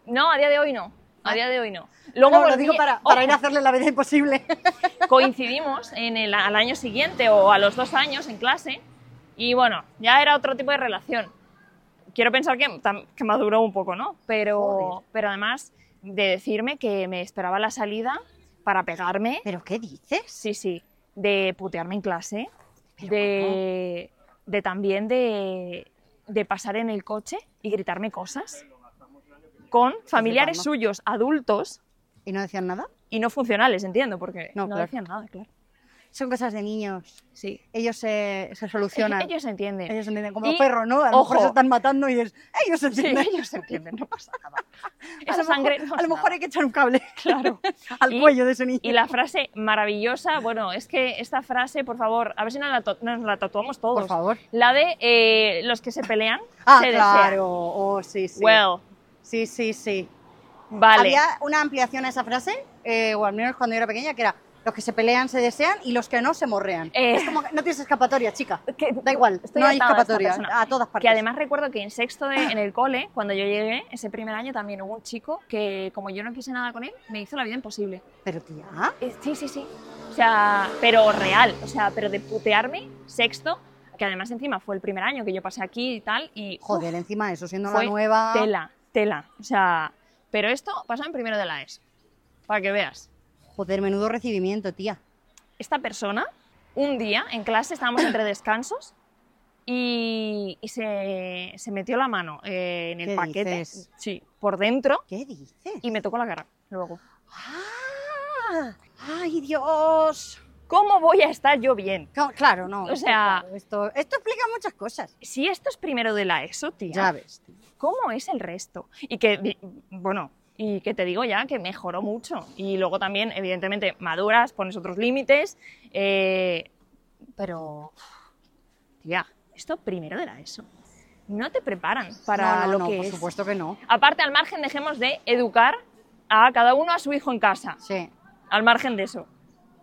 Speaker 3: No, a día de hoy no. A
Speaker 1: Ah.
Speaker 3: día de hoy no.
Speaker 1: No, lo
Speaker 3: volví-
Speaker 1: digo para, para
Speaker 3: ojo,
Speaker 1: ir a hacerle la vida imposible.
Speaker 3: coincidimos en el, al año siguiente o a los dos años en clase y bueno, ya era otro tipo de relación. Quiero pensar que, tam- que maduró un poco, ¿no? Pero,
Speaker 1: Joder.
Speaker 3: pero además de decirme que me esperaba la salida para pegarme,
Speaker 1: ¿Pero qué dices?
Speaker 3: sí, sí, de putearme en clase,
Speaker 1: Pero
Speaker 3: de, de también de, de pasar en el coche y gritarme cosas con familiares
Speaker 1: flipando.
Speaker 3: suyos, adultos,
Speaker 1: ¿Y no decían nada?
Speaker 3: y no funcionales, entiendo, porque
Speaker 1: No,
Speaker 3: no,
Speaker 1: claro.
Speaker 3: decían nada, claro.
Speaker 1: Son cosas de niños.
Speaker 3: Sí.
Speaker 1: Ellos se, se solucionan.
Speaker 3: Ellos entienden.
Speaker 1: Ellos entienden como
Speaker 3: Y,
Speaker 1: perro, ¿no? A lo mejor
Speaker 3: ojo.
Speaker 1: se están matando y es, ellos
Speaker 3: Sí,
Speaker 1: entienden.
Speaker 3: ellos entienden, no pasa nada.
Speaker 1: a
Speaker 3: Esa
Speaker 1: lo
Speaker 3: sangre.
Speaker 1: mejor,
Speaker 3: no
Speaker 1: a
Speaker 3: es
Speaker 1: lo mejor
Speaker 3: nada.
Speaker 1: hay que echar un cable
Speaker 3: Claro.
Speaker 1: al
Speaker 3: Y-
Speaker 1: cuello de ese niño.
Speaker 3: Y la frase maravillosa, bueno, es que esta frase, por favor, a ver si nos la, to- nos la tatuamos todos.
Speaker 1: Por favor.
Speaker 3: La de eh, los que se pelean
Speaker 1: Ah,
Speaker 3: se desean.
Speaker 1: claro. Oh, sí, sí.
Speaker 3: Well,
Speaker 1: Sí, sí, sí.
Speaker 3: vale.
Speaker 1: Había una ampliación a esa frase, eh, o al menos cuando yo era pequeña, que era los que se pelean se desean y los que no se morrean.
Speaker 3: Eh.
Speaker 1: Es como que no tienes escapatoria, chica.
Speaker 3: Que-
Speaker 1: Da igual,
Speaker 3: estoy
Speaker 1: no hay
Speaker 3: atada a esta
Speaker 1: escapatoria.
Speaker 3: persona.
Speaker 1: A, todas partes.
Speaker 3: Que además recuerdo que en sexto de, en el cole, cuando yo llegué, ese primer año también hubo un chico que, como yo no quise nada con él, me hizo la vida imposible.
Speaker 1: Pero tía,
Speaker 3: Eh, Sí, sí, sí. O sea, pero real, o sea, pero de putearme, sexto, que además encima fue el primer año que yo pasé aquí y tal, y uf,
Speaker 1: joder, encima eso, siendo
Speaker 3: fue
Speaker 1: la nueva.
Speaker 3: tela, tela. O sea, pero esto pasó en primero de la ES, para que veas.
Speaker 1: Joder, menudo recibimiento, tía.
Speaker 3: Esta persona, un día en clase estábamos entre descansos y, y se, se metió la mano eh, en el
Speaker 1: ¿Qué
Speaker 3: paquete,
Speaker 1: dices?
Speaker 3: sí, por dentro,
Speaker 1: ¿Qué dices?
Speaker 3: y me tocó la cara luego.
Speaker 1: ¡Ah! ¡Ay, Dios!
Speaker 3: ¿Cómo voy a estar yo bien?
Speaker 1: Co- Claro, no.
Speaker 3: O
Speaker 1: esto,
Speaker 3: sea-
Speaker 1: claro, Esto, esto explica muchas cosas.
Speaker 3: Si esto es primero de la ESO, tía.
Speaker 1: Ya ves. tío.
Speaker 3: cómo es el resto. Y que, di- bueno, y que te digo ya que mejoró mucho. Y luego también, evidentemente, maduras, pones otros límites. eh, pero, tía, esto primero era eso. No te preparan
Speaker 1: No,
Speaker 3: para
Speaker 1: no,
Speaker 3: lo
Speaker 1: no,
Speaker 3: que
Speaker 1: por
Speaker 3: es.
Speaker 1: supuesto que no.
Speaker 3: Aparte, al margen, dejemos de educar a cada uno a su hijo en casa.
Speaker 1: Sí.
Speaker 3: Al margen de eso.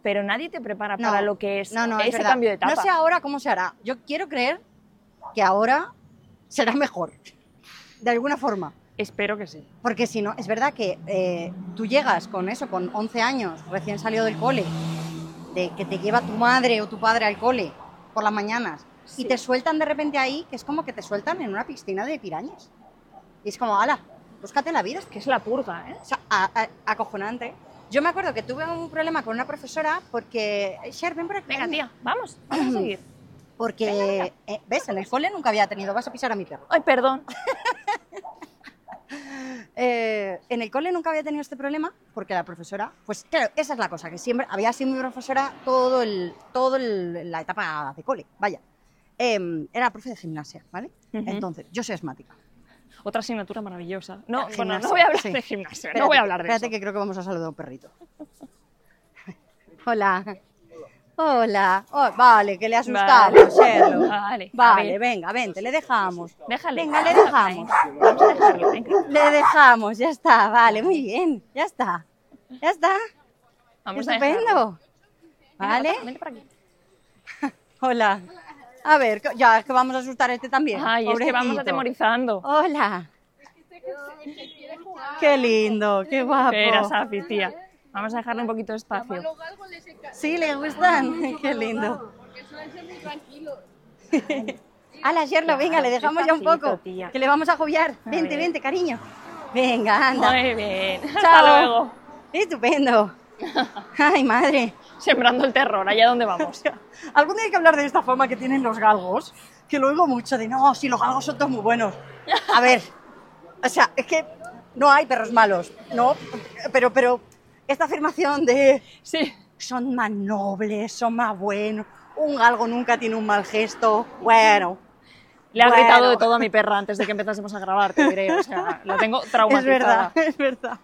Speaker 3: Pero nadie te prepara
Speaker 1: No,
Speaker 3: para lo que es
Speaker 1: no, no, es
Speaker 3: ese
Speaker 1: verdad.
Speaker 3: cambio de etapa.
Speaker 1: No sé ahora cómo se hará. Yo quiero creer que ahora será mejor. De alguna forma.
Speaker 3: Espero que sí.
Speaker 1: Porque si no, es verdad que eh, tú llegas con eso, con 11 años, recién salido del cole, de que te lleva tu madre o tu padre al cole por las mañanas, y te sueltan de repente ahí, que es como que te sueltan en una piscina de pirañas. Y es como, ala, búscate la vida.
Speaker 3: Que es la purga, ¿eh?
Speaker 1: O sea, a- a- acojonante. Yo me acuerdo que tuve un problema con una profesora porque... Cher, ven por aquí.
Speaker 3: Venga, tía, vamos, vamos a seguir.
Speaker 1: Porque, eh, ¿ves? En el cole nunca había tenido, vas a pisar a mi perro.
Speaker 3: Ay, perdón.
Speaker 1: Eh, en el cole nunca había tenido este problema porque la profesora, pues claro, esa es la cosa, que siempre había sido mi profesora todo el, todo el- la etapa de cole, vaya. Em, era profe de gimnasia, ¿vale?
Speaker 3: Ujú.
Speaker 1: Entonces, yo soy asmática.
Speaker 3: Otra asignatura maravillosa. No,
Speaker 1: Gimnasia,
Speaker 3: bueno, no voy a hablar
Speaker 1: Eh, sí.
Speaker 3: de gimnasia,
Speaker 1: Espérate,
Speaker 3: no voy a hablar de
Speaker 1: Espérate
Speaker 3: eso.
Speaker 1: que creo que vamos a saludar a un perrito. Hola. Hola. Oh, vale, que le asustamos, Sherlock.
Speaker 3: Vale, a
Speaker 1: Vale,
Speaker 3: ver.
Speaker 1: venga, vente, le dejamos.
Speaker 3: Déjale.
Speaker 1: Venga, le dejamos.
Speaker 3: Vamos a dejarlo, venga.
Speaker 1: Le dejamos, ya está, vale, muy bien, ya está. Ya está.
Speaker 3: Vamos a dejarlo.
Speaker 1: Estupendo.
Speaker 3: Venga,
Speaker 1: Vale.
Speaker 3: Natalia, vente por aquí.
Speaker 1: Hola. A ver, que- ya es que vamos a asustar a este también.
Speaker 3: Ay, es que vamos
Speaker 1: pobrecito. Oh,
Speaker 3: atemorizando.
Speaker 1: Hola. Qué lindo, qué guapo.
Speaker 3: Espera, Safi, tía. Vamos a dejarle un poquito de espacio.
Speaker 1: Sí, le gustan. Qué lindo. Ala, Sherlock, venga, le dejamos ya un
Speaker 3: despacito,
Speaker 1: poco.
Speaker 3: tía.
Speaker 1: Que le vamos a joviar. Vente,
Speaker 3: ver.
Speaker 1: vente, cariño. Venga, anda.
Speaker 3: Muy bien.
Speaker 1: Chao.
Speaker 3: Hasta luego.
Speaker 1: Estupendo. Ay, madre.
Speaker 3: Sembrando el terror, allá donde vamos.
Speaker 1: Algún día hay que hablar de esta fama que tienen los galgos, que lo oigo mucho de no, si los galgos son todos muy buenos. A ver, o sea, es que no hay perros malos, ¿no? Pero, pero esta afirmación de
Speaker 3: Sí.
Speaker 1: son más nobles, son más buenos, un galgo nunca tiene un mal gesto, bueno,
Speaker 3: Le ha
Speaker 1: Bueno.
Speaker 3: gritado de todo a mi perra antes de que empezásemos a grabar, te diré. O sea, la tengo
Speaker 1: es verdad,
Speaker 3: traumatizada.
Speaker 1: es verdad.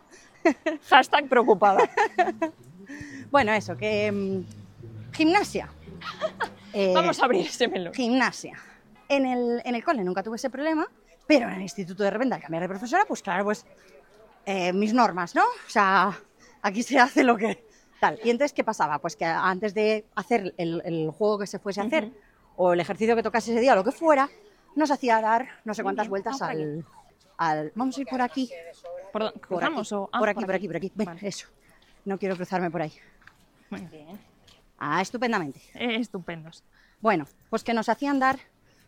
Speaker 3: Hashtag preocupada.
Speaker 1: Bueno, eso, que mm, gimnasia. Eh,
Speaker 3: Vamos a abrir ese melón.
Speaker 1: Gimnasia. En el, en el cole nunca tuve ese problema, pero en el instituto de repente al cambiar de profesora, pues claro, pues eh, mis normas, ¿no? O sea, aquí se hace lo que tal. Y entonces, ¿qué pasaba? Pues que antes de hacer el, el juego que se fuese a hacer o el ejercicio que tocase ese día o lo que fuera, nos hacía dar no sé cuántas
Speaker 3: Ah,
Speaker 1: vueltas al, al... Vamos a ir por aquí.
Speaker 3: ¿Por dónde?
Speaker 1: Por aquí,
Speaker 3: ¿Cruzamos o...? ah,
Speaker 1: por, aquí, por aquí, por aquí. Ven,
Speaker 3: Vale.
Speaker 1: eso. No quiero cruzarme por ahí.
Speaker 3: Muy bien.
Speaker 1: Ah, estupendamente.
Speaker 3: Eh, estupendos.
Speaker 1: Bueno, pues que nos hacían dar,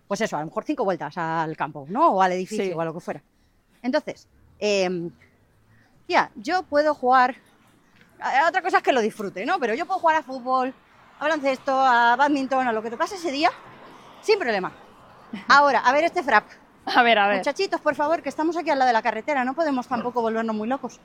Speaker 1: pues eso, a lo mejor cinco vueltas al campo, ¿no? O al edificio,
Speaker 3: Sí.
Speaker 1: o a lo que fuera. Entonces, eh, ya, yo puedo jugar, a- a otra cosa es que lo disfrute, ¿no? Pero yo puedo jugar a fútbol, a baloncesto, a badminton, a lo que tocase ese día, sin problema. Ahora, a ver este frap.
Speaker 3: A ver, a ver.
Speaker 1: Muchachitos, por favor, que estamos aquí al lado de la carretera, no podemos tampoco volvernos muy locos.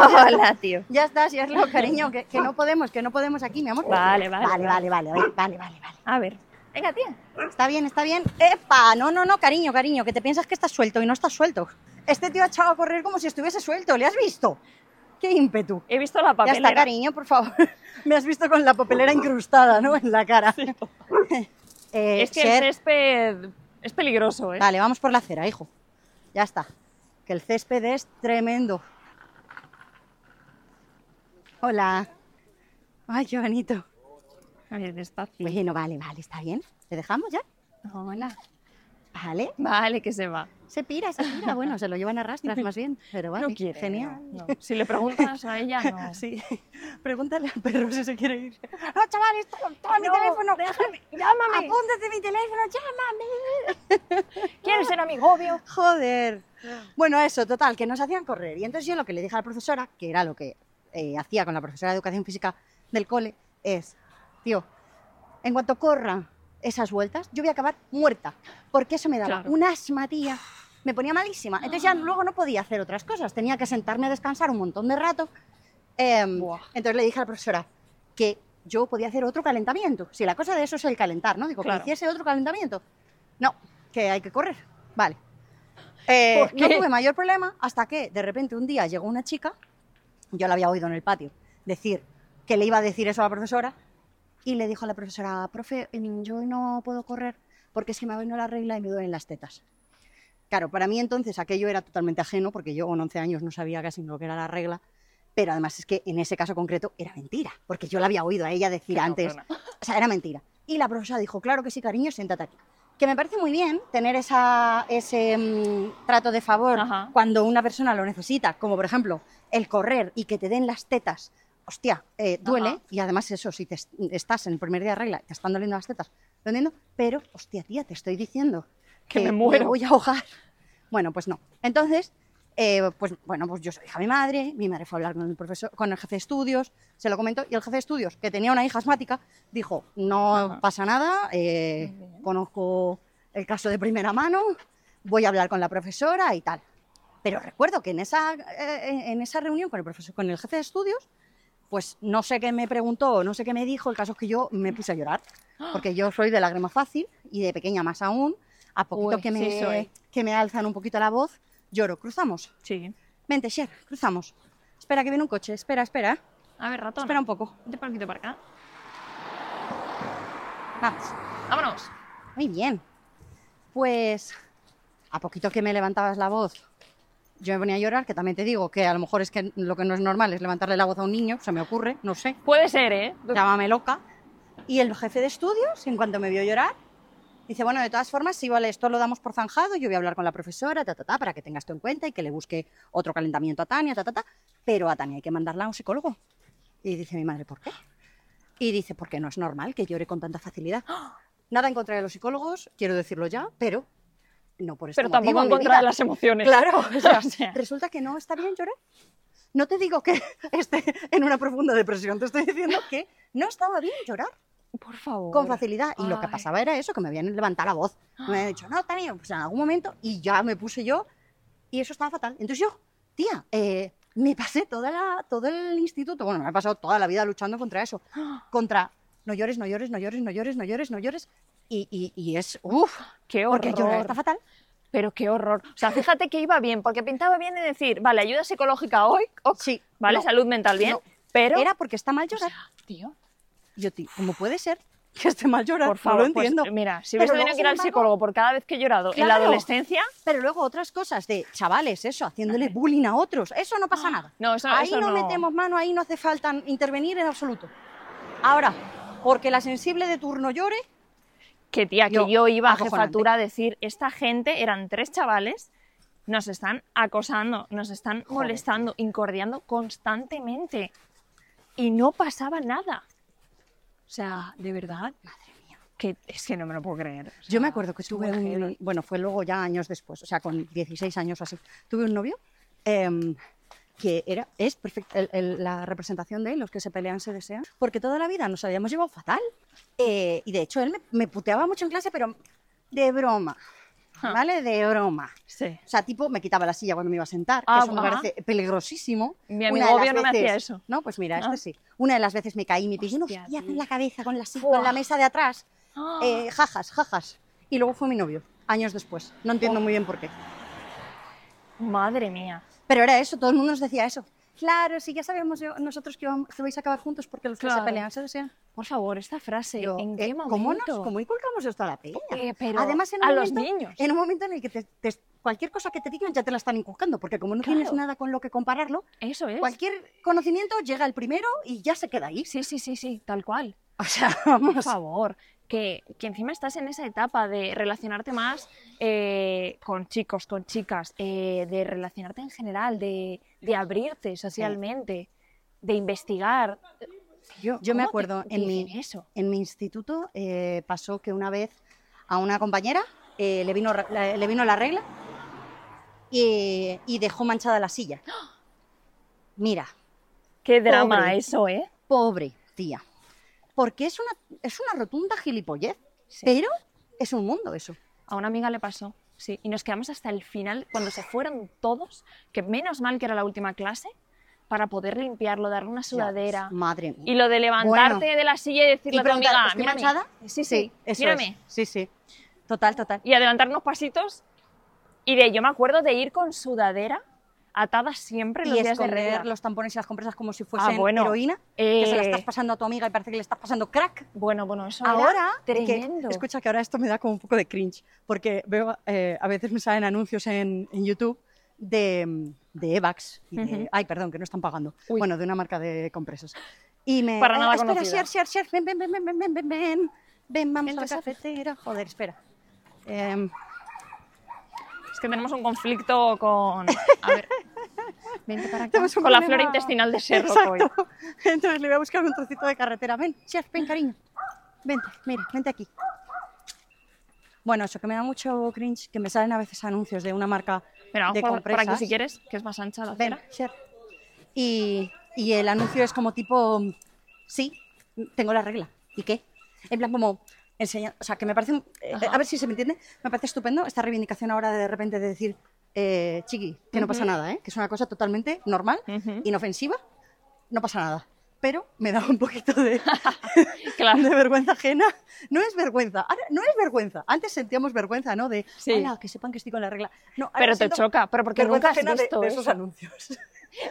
Speaker 3: Hola, tío.
Speaker 1: Ya está, si es lo cariño, que, que no podemos, que no podemos aquí, mi amor.
Speaker 3: Vale, vale,
Speaker 1: Vale, vale, vale, vale, vale, vale. vale.
Speaker 3: A ver. Venga, tía.
Speaker 1: Está bien, está bien. ¡Epa! No, no, no, cariño, cariño, que te piensas que estás suelto y no estás suelto. Este tío ha echado a correr como si estuviese suelto, ¿le has visto? ¡Qué ímpetu!
Speaker 3: He visto la
Speaker 1: Ya
Speaker 3: papelera.
Speaker 1: está, cariño, por favor. Me has visto con la papelera incrustada, ¿no? En la cara. Eh,
Speaker 3: Es que
Speaker 1: Cher,
Speaker 3: el césped es peligroso, ¿eh?
Speaker 1: Vale, vamos por la acera, hijo. Ya está. Que el césped es tremendo. Hola. Ay, qué bonito.
Speaker 3: A ver, despacio.
Speaker 1: Bueno, vale, vale, está bien. ¿Le dejamos ya?
Speaker 3: Hola.
Speaker 1: Vale.
Speaker 3: Vale, que se va.
Speaker 1: Se pira, se pira. Bueno, se lo llevan a rastras más bien. Pero vale,
Speaker 3: no quiere.
Speaker 1: genial.
Speaker 3: no, no. Si le preguntas a ella, no.
Speaker 1: Sí, pregúntale al perro si se quiere ir. No, ¡Ah, chaval, esto toma mi
Speaker 3: No,
Speaker 1: teléfono.
Speaker 3: déjame, llámame.
Speaker 1: Apúntate mi teléfono, llámame.
Speaker 3: ¿Quieres ser amigo? Obvio.
Speaker 1: Joder.
Speaker 3: Ah.
Speaker 1: Bueno, eso, total, que nos hacían correr. Y entonces yo lo que le dije a la profesora, que era lo que eh, hacía con la profesora de educación física del cole, es, tío, en cuanto corra esas vueltas, yo voy a acabar muerta, porque eso me daba
Speaker 3: Claro. Ah.
Speaker 1: una asmatía, me ponía malísima. Entonces ya luego no podía hacer otras cosas, tenía que sentarme a descansar un montón de rato. Em,
Speaker 3: Buah.
Speaker 1: entonces le dije a la profesora que yo podía hacer otro calentamiento. Si la cosa de eso es el calentar, ¿no? Digo,
Speaker 3: Claro.
Speaker 1: que hiciese otro calentamiento. No, que hay que correr. Vale. Eh,
Speaker 3: ¿Por
Speaker 1: no
Speaker 3: qué?
Speaker 1: tuve mayor problema hasta que de repente un día llegó una chica, yo la había oído en el patio, decir que le iba a decir eso a la profesora y le dijo a la profesora, profe, mm, yo hoy no puedo correr porque es que me ha venido la regla y me duelen las tetas. Claro, para mí entonces aquello era totalmente ajeno porque yo con 11 años no sabía casi lo que era la regla, pero además es que en ese caso concreto era mentira, porque yo la había oído a ella decir
Speaker 3: Qué
Speaker 1: antes,
Speaker 3: cabrona.
Speaker 1: o sea, era mentira. Y la profesora dijo, claro que sí, cariño, siéntate aquí. Que me parece muy bien tener esa, ese mm, trato de favor
Speaker 3: Ajá.
Speaker 1: cuando una persona lo necesita, como por ejemplo el correr y que te den las tetas. Hostia, eh, duele
Speaker 3: Ajá.
Speaker 1: y además eso, si te es- estás en el primer día de regla y te están doliendo las tetas, lo entiendo, pero, hostia, tía, te estoy diciendo
Speaker 3: Que me muero.
Speaker 1: voy a ahogar. Bueno, pues no. Entonces, eh, pues bueno, pues yo soy hija de mi madre, mi madre fue a hablar con el, profesor, con el jefe de estudios, se lo comentó, y el jefe de estudios, que tenía una hija asmática, dijo, no
Speaker 3: Ajá.
Speaker 1: pasa nada, eh,
Speaker 3: Muy bien.
Speaker 1: conozco el caso de primera mano, voy a hablar con la profesora y tal. Pero recuerdo que en esa, eh, en esa reunión con el, profesor, con el jefe de estudios, pues no sé qué me preguntó, no sé qué me dijo, el caso es que yo me puse a llorar,
Speaker 3: ¡Ah!
Speaker 1: porque yo soy de lágrima fácil y de pequeña más aún, a poquito
Speaker 3: Uy,
Speaker 1: que,
Speaker 3: sí
Speaker 1: me,
Speaker 3: soy.
Speaker 1: que me alzan un poquito la voz, lloro, cruzamos,
Speaker 3: Sí.
Speaker 1: vente Sher, cruzamos, espera que viene un coche, espera, espera,
Speaker 2: A ver, ratón.
Speaker 1: espera un poco,
Speaker 2: Vente para aquí, vente para acá.
Speaker 1: vamos,
Speaker 2: Vámonos.
Speaker 1: muy bien, pues a poquito que me levantabas la voz, yo me ponía a llorar, que también te digo que a lo mejor es que lo que no es normal es levantarle la voz a un niño, se me ocurre, no sé,
Speaker 3: Puede ser, ¿eh?
Speaker 1: llámame loca. Y el jefe de estudios, en cuanto me vio llorar, dice, bueno, de todas formas, si vale, esto lo damos por zanjado, yo voy a hablar con la profesora, ta, ta, ta, para que tengas esto en cuenta y que le busque otro calentamiento a Tania, ta, ta, ta, pero a Tania hay que mandarla a un psicólogo. Y dice mi madre, ¿por qué? Y dice, porque no es normal que llore con tanta facilidad. Nada en contra de los psicólogos, quiero decirlo ya, pero no por este eso.
Speaker 3: Pero tampoco en contra de las emociones.
Speaker 1: Claro, o sea,
Speaker 3: O sea.
Speaker 1: resulta que no está bien llorar. No te digo que esté en una profunda depresión, te estoy diciendo que no estaba bien llorar
Speaker 3: Por favor.
Speaker 1: con facilidad. Y lo que
Speaker 3: Ay.
Speaker 1: pasaba era eso, que me habían levantado la voz. Me habían dicho, no, Tania, pues en algún momento, y ya me puse yo, y eso estaba fatal. Entonces yo, tía, eh, me pasé toda la- todo el instituto, bueno, me he pasado toda la vida luchando contra eso, contra no llores, no llores, no llores, no llores, no llores, no llores, y, y- y es, uff,
Speaker 3: Qué horror.
Speaker 1: porque llorar está fatal.
Speaker 3: Pero qué horror. O sea, fíjate que iba bien, porque pintaba bien de decir, vale, ayuda psicológica hoy, ok,
Speaker 1: Sí,
Speaker 3: vale,
Speaker 1: no,
Speaker 3: salud mental bien,
Speaker 1: no.
Speaker 3: pero...
Speaker 1: Era porque está mal llorar.
Speaker 3: Tío,
Speaker 1: Y Yo, tío, ¿cómo puede ser que esté mal llorar?
Speaker 3: por favor,
Speaker 1: no lo
Speaker 3: pues,
Speaker 1: entiendo.
Speaker 3: mira, si
Speaker 1: Pero
Speaker 3: hubiese
Speaker 1: luego,
Speaker 3: tenido que
Speaker 1: sin
Speaker 3: ir al
Speaker 1: embargo,
Speaker 3: psicólogo por cada vez que he llorado en la
Speaker 1: Claro.
Speaker 3: adolescencia,
Speaker 1: Pero luego otras cosas de chavales, eso, haciéndole bullying a otros, eso no pasa nada.
Speaker 3: no, eso-
Speaker 1: ahí
Speaker 3: Ah, eso
Speaker 1: no,
Speaker 3: no.
Speaker 1: metemos mano, ahí no hace falta intervenir en absoluto. Ahora, porque la sensible de turno llore,
Speaker 3: que tía, que
Speaker 1: Yo,
Speaker 3: yo, iba a
Speaker 1: acojonante.
Speaker 3: jefatura a decir, esta gente, eran tres chavales, nos están acosando, nos están molestando, incordiando constantemente. Y no pasaba nada. O sea, de verdad, madre mía, que es que no me lo puedo creer. O
Speaker 1: yo me
Speaker 3: sea,
Speaker 1: acuerdo que
Speaker 3: es
Speaker 1: tuve
Speaker 3: muy heavy.
Speaker 1: un, bueno, fue luego ya años después, o sea, con 16 años o así, tuve un novio em, que era, es perfecta el- el- la representación de los que se pelean se desean, porque toda la vida nos habíamos llevado fatal. Eh, y de hecho, él me, me puteaba mucho en clase, pero de broma, ¿vale? De broma.
Speaker 3: Sí.
Speaker 1: O sea, tipo, me quitaba la silla cuando me iba a sentar,
Speaker 3: Ah,
Speaker 1: que eso me
Speaker 3: ajá.
Speaker 1: parece peligrosísimo.
Speaker 3: Mi
Speaker 1: Una
Speaker 3: amigo
Speaker 1: de las
Speaker 3: obvio no me hacía eso.
Speaker 1: No, pues mira, este
Speaker 3: Ah.
Speaker 1: sí. Una de las veces me caí y me pegué una
Speaker 3: Hostia,
Speaker 1: hostia en
Speaker 3: tío.
Speaker 1: la cabeza con la, si-
Speaker 3: Buah.
Speaker 1: con la mesa de atrás.
Speaker 3: Ah.
Speaker 1: Eh, jajas, jajas. Y luego fue mi novio, años después. No entiendo muy bien por qué.
Speaker 3: Madre mía.
Speaker 1: Pero era eso, todo el mundo nos decía eso. Claro, sí, ya sabíamos yo- nosotros que, íbamos- que vais a acabar juntos porque los que
Speaker 3: Claro.
Speaker 1: se pelean se desean.
Speaker 3: Por favor, esta frase,
Speaker 1: Yo,
Speaker 3: ¿en
Speaker 1: eh,
Speaker 3: qué
Speaker 1: ¿cómo, nos,
Speaker 3: momento?
Speaker 1: ¿Cómo inculcamos esto a la peña?
Speaker 3: Eh, pero
Speaker 1: Además, en un
Speaker 3: a los
Speaker 1: momento-
Speaker 3: niños.
Speaker 1: En un momento en el que te- te- cualquier cosa que te digan ya te la están inculcando, porque como no tienes
Speaker 3: Claro.
Speaker 1: nada con lo que compararlo,
Speaker 3: Eso es.
Speaker 1: Cualquier conocimiento llega el primero y ya se queda ahí.
Speaker 3: Sí, sí, sí, sí, tal cual.
Speaker 1: O sea,
Speaker 3: Por
Speaker 1: vamos.
Speaker 3: favor, que, que encima estás en esa etapa de relacionarte más eh, con chicos, con chicas, eh, de relacionarte en general, de, de abrirte socialmente, de investigar. Tío,
Speaker 1: Yo me
Speaker 3: ¿cómo te
Speaker 1: acuerdo en mi-
Speaker 3: dicen eso.
Speaker 1: En mi instituto eh, pasó que una vez a una compañera eh, le, vino, ra- la- le vino la regla y, y dejó manchada la silla. Mira,
Speaker 3: Qué drama
Speaker 1: Pobre.
Speaker 3: eso, ¿eh?
Speaker 1: pobre tía. Porque es una, es una rotunda gilipollez,
Speaker 3: Sí.
Speaker 1: pero es un mundo eso.
Speaker 3: A una amiga le pasó, sí. Y nos quedamos hasta el final, cuando se fueron todos, que menos mal que era la última clase, para poder limpiarlo, darle una sudadera.
Speaker 1: Madre mía.
Speaker 3: Y lo de levantarte
Speaker 1: Bueno.
Speaker 3: de la silla y decirle a tu
Speaker 1: preguntar,
Speaker 3: amiga,
Speaker 1: "¿Estoy
Speaker 3: mírame".
Speaker 1: manchada?
Speaker 3: Sí, sí,
Speaker 1: eso
Speaker 3: mírame.
Speaker 1: es. Sí, sí. Total, total.
Speaker 3: Y adelantar unos pasitos. Y de, yo me acuerdo de ir con sudadera atada siempre los
Speaker 1: y
Speaker 3: días de
Speaker 1: esconder
Speaker 3: regla.
Speaker 1: los tampones y las compresas como si fuesen
Speaker 3: bueno.
Speaker 1: heroína, que se la
Speaker 3: Eh.
Speaker 1: estás pasando a tu amiga y parece que le estás pasando crack.
Speaker 3: Bueno, bueno, eso era
Speaker 1: Ahora, que-
Speaker 3: tremendo.
Speaker 1: escucha que ahora esto me da como un poco de cringe, porque veo, eh, a veces me salen anuncios en, en YouTube de, mm, de Evax, y de-
Speaker 3: Ujú.
Speaker 1: ay, perdón, que no están pagando,
Speaker 3: Uy.
Speaker 1: bueno, de una marca de compresas. Y me,
Speaker 3: Para
Speaker 1: eh,
Speaker 3: nada
Speaker 1: espera,
Speaker 3: conocida.
Speaker 1: share, share, share, ven, ven, ven, ven, ven, ven, ven, ven, ven, vamos
Speaker 3: Entra,
Speaker 1: a la cafetera, joder, espera. Em,
Speaker 3: Es que tenemos un conflicto con... A ver, vente para acá.
Speaker 1: Tenemos un
Speaker 3: Con la
Speaker 1: problema.
Speaker 3: flora intestinal de Sherlock hoy.
Speaker 1: Exacto. Entonces le voy a buscar un trocito de carretera. Ven, chef, ven, cariño. Vente, mira, vente aquí. Bueno, eso que me da mucho cringe, que me salen a veces anuncios de una marca
Speaker 3: Mira, vamos
Speaker 1: de
Speaker 3: por, por aquí
Speaker 1: compresas.
Speaker 3: si quieres, que es más ancha la
Speaker 1: Ven,
Speaker 3: acera.
Speaker 1: Cher. Y, y el anuncio es como tipo, sí, tengo la regla. ¿Y qué? En plan como enseña, o sea, que me parece, un- eh,
Speaker 3: Ajá.
Speaker 1: a ver si se me entiende, me parece estupendo esta reivindicación ahora de, de repente de decir, eh, chiqui, que no pasa nada, ¿eh? que es una cosa totalmente normal,
Speaker 3: Ujú.
Speaker 1: inofensiva, no pasa nada. Pero me da un poquito de,
Speaker 3: Claro.
Speaker 1: de vergüenza ajena. No es vergüenza, ahora no es vergüenza. Antes sentíamos vergüenza, ¿no? De,
Speaker 3: Sí.
Speaker 1: "Hala, que sepan que estoy con la regla. No, ahora
Speaker 3: Pero te
Speaker 1: siento
Speaker 3: choca, pero porque
Speaker 1: vergüenza
Speaker 3: nunca has
Speaker 1: ajena de-
Speaker 3: visto
Speaker 1: de
Speaker 3: eso. Oh
Speaker 1: esos anuncios.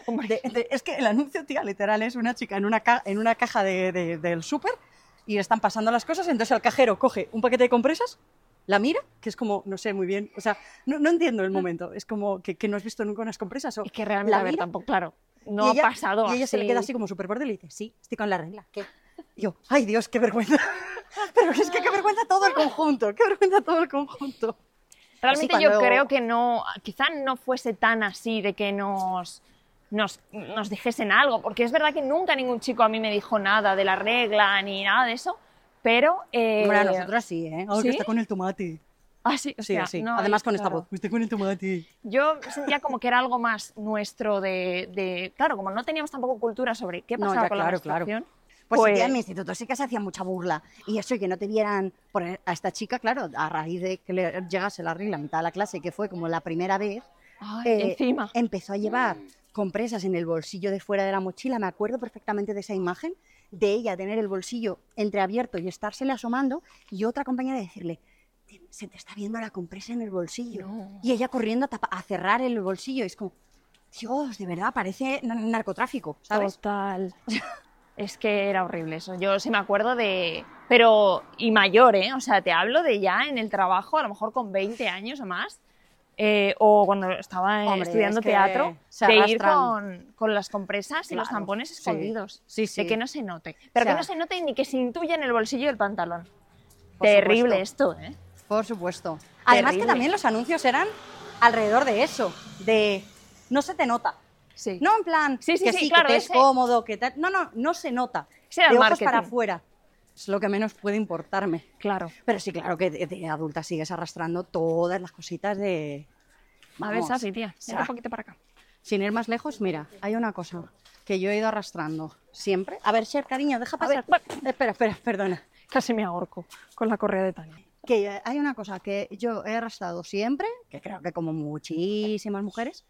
Speaker 3: Hombre,
Speaker 1: De- de- es que el anuncio, tía, literal, es una chica en una, ca- en una caja de- de- del súper y están pasando las cosas, entonces el cajero coge un paquete de compresas, la mira, que es como, no sé muy bien, o sea, no, no entiendo el momento, es como que, que no has visto nunca unas compresas. O
Speaker 3: es que realmente,
Speaker 1: la
Speaker 3: a ver,
Speaker 1: mira,
Speaker 3: tampoco, claro,
Speaker 1: y
Speaker 3: no
Speaker 1: ella-
Speaker 3: ha pasado
Speaker 1: Y ella se le queda así como súper borde y le dice, sí, estoy con la regla, ¿qué? Y yo, ay Dios, qué vergüenza. Pero es que qué vergüenza todo el conjunto, qué vergüenza todo el conjunto.
Speaker 3: Realmente
Speaker 1: Así
Speaker 3: yo
Speaker 1: cuando-
Speaker 3: creo que no, quizá no fuese tan así de que nos, nos, nos dijesen algo, porque es verdad que nunca ningún chico a mí me dijo nada de la regla ni nada de eso, pero... Eh,
Speaker 1: Bueno, a nosotras sí, ¿eh? Ahora que
Speaker 3: ¿sí?
Speaker 1: está con el tomate.
Speaker 3: Ah, sí, o
Speaker 1: Sí,
Speaker 3: sea,
Speaker 1: sí.
Speaker 3: no,
Speaker 1: Además
Speaker 3: ahí,
Speaker 1: con esta
Speaker 3: claro.
Speaker 1: voz, estoy con el tomate.
Speaker 3: Yo sentía como que era algo más nuestro de, de- Claro, como no teníamos tampoco cultura sobre qué
Speaker 1: No,
Speaker 3: pasaba
Speaker 1: ya,
Speaker 3: con
Speaker 1: claro,
Speaker 3: la menstruación...
Speaker 1: Pues,
Speaker 3: Pues-
Speaker 1: sí, tía, en mi instituto sí que se hacía mucha burla. Y eso, y que no te vieran poner a esta chica, claro, a raíz de que le llegase la regla a mitad de la clase, que fue como la primera vez,
Speaker 3: Ay,
Speaker 1: eh,
Speaker 3: encima.
Speaker 1: empezó a llevar compresas en el bolsillo de fuera de la mochila. Me acuerdo perfectamente de esa imagen, de ella tener el bolsillo entreabierto y estársele asomando, y otra compañera decirle, "Te- se te está viendo la compresa en el bolsillo.
Speaker 3: No.
Speaker 1: Y ella corriendo a, tapa- a cerrar el bolsillo. Y es como, Dios, de verdad, parece na- narcotráfico, ¿sabes?
Speaker 3: Total. Es que era horrible eso. Yo sí me acuerdo de. Pero, y mayor, ¿eh? O sea, te hablo de ya en el trabajo, a lo mejor con 20 años o más, eh, o cuando estaba eh,
Speaker 1: Hombre,
Speaker 3: estudiando
Speaker 1: es que
Speaker 3: teatro,
Speaker 1: se
Speaker 3: de ir
Speaker 1: arrastran.
Speaker 3: con, con las compresas y los
Speaker 1: Claro,
Speaker 3: tampones
Speaker 1: sí.
Speaker 3: escondidos.
Speaker 1: Sí, sí.
Speaker 3: De que no se note.
Speaker 1: O
Speaker 3: Pero
Speaker 1: sea,
Speaker 3: que no se note ni que se intuya en el bolsillo del pantalón.
Speaker 1: Por
Speaker 3: Terrible esto, ¿eh?
Speaker 1: Por supuesto. Además que
Speaker 3: Terrible.
Speaker 1: también los anuncios eran alrededor de eso, de no se te nota.
Speaker 3: Sí.
Speaker 1: No en plan
Speaker 3: Sí, sí,
Speaker 1: que
Speaker 3: sí,
Speaker 1: sí,
Speaker 3: claro,
Speaker 1: que te
Speaker 3: ese-
Speaker 1: es cómodo, que tal. No, no, no se nota.
Speaker 3: Ese era
Speaker 1: de
Speaker 3: el
Speaker 1: ojos
Speaker 3: marketing.
Speaker 1: para afuera. Es lo que menos puede importarme.
Speaker 3: Claro.
Speaker 1: Pero sí, claro que de, de adulta sigues arrastrando todas las cositas de...
Speaker 3: A ver,
Speaker 1: Vamos,
Speaker 3: Sasi, tía,
Speaker 1: o sea,
Speaker 3: era un poquito para acá.
Speaker 1: sin ir más lejos, mira, hay una cosa que yo he ido arrastrando siempre. A ver, Sher, cariño, deja
Speaker 3: A ver,
Speaker 1: pasar. espera, espera, perdona.
Speaker 3: Casi me ahorco con la correa de Tania.
Speaker 1: que eh, hay una cosa que yo he arrastrado siempre, que creo que como muchísimas mujeres,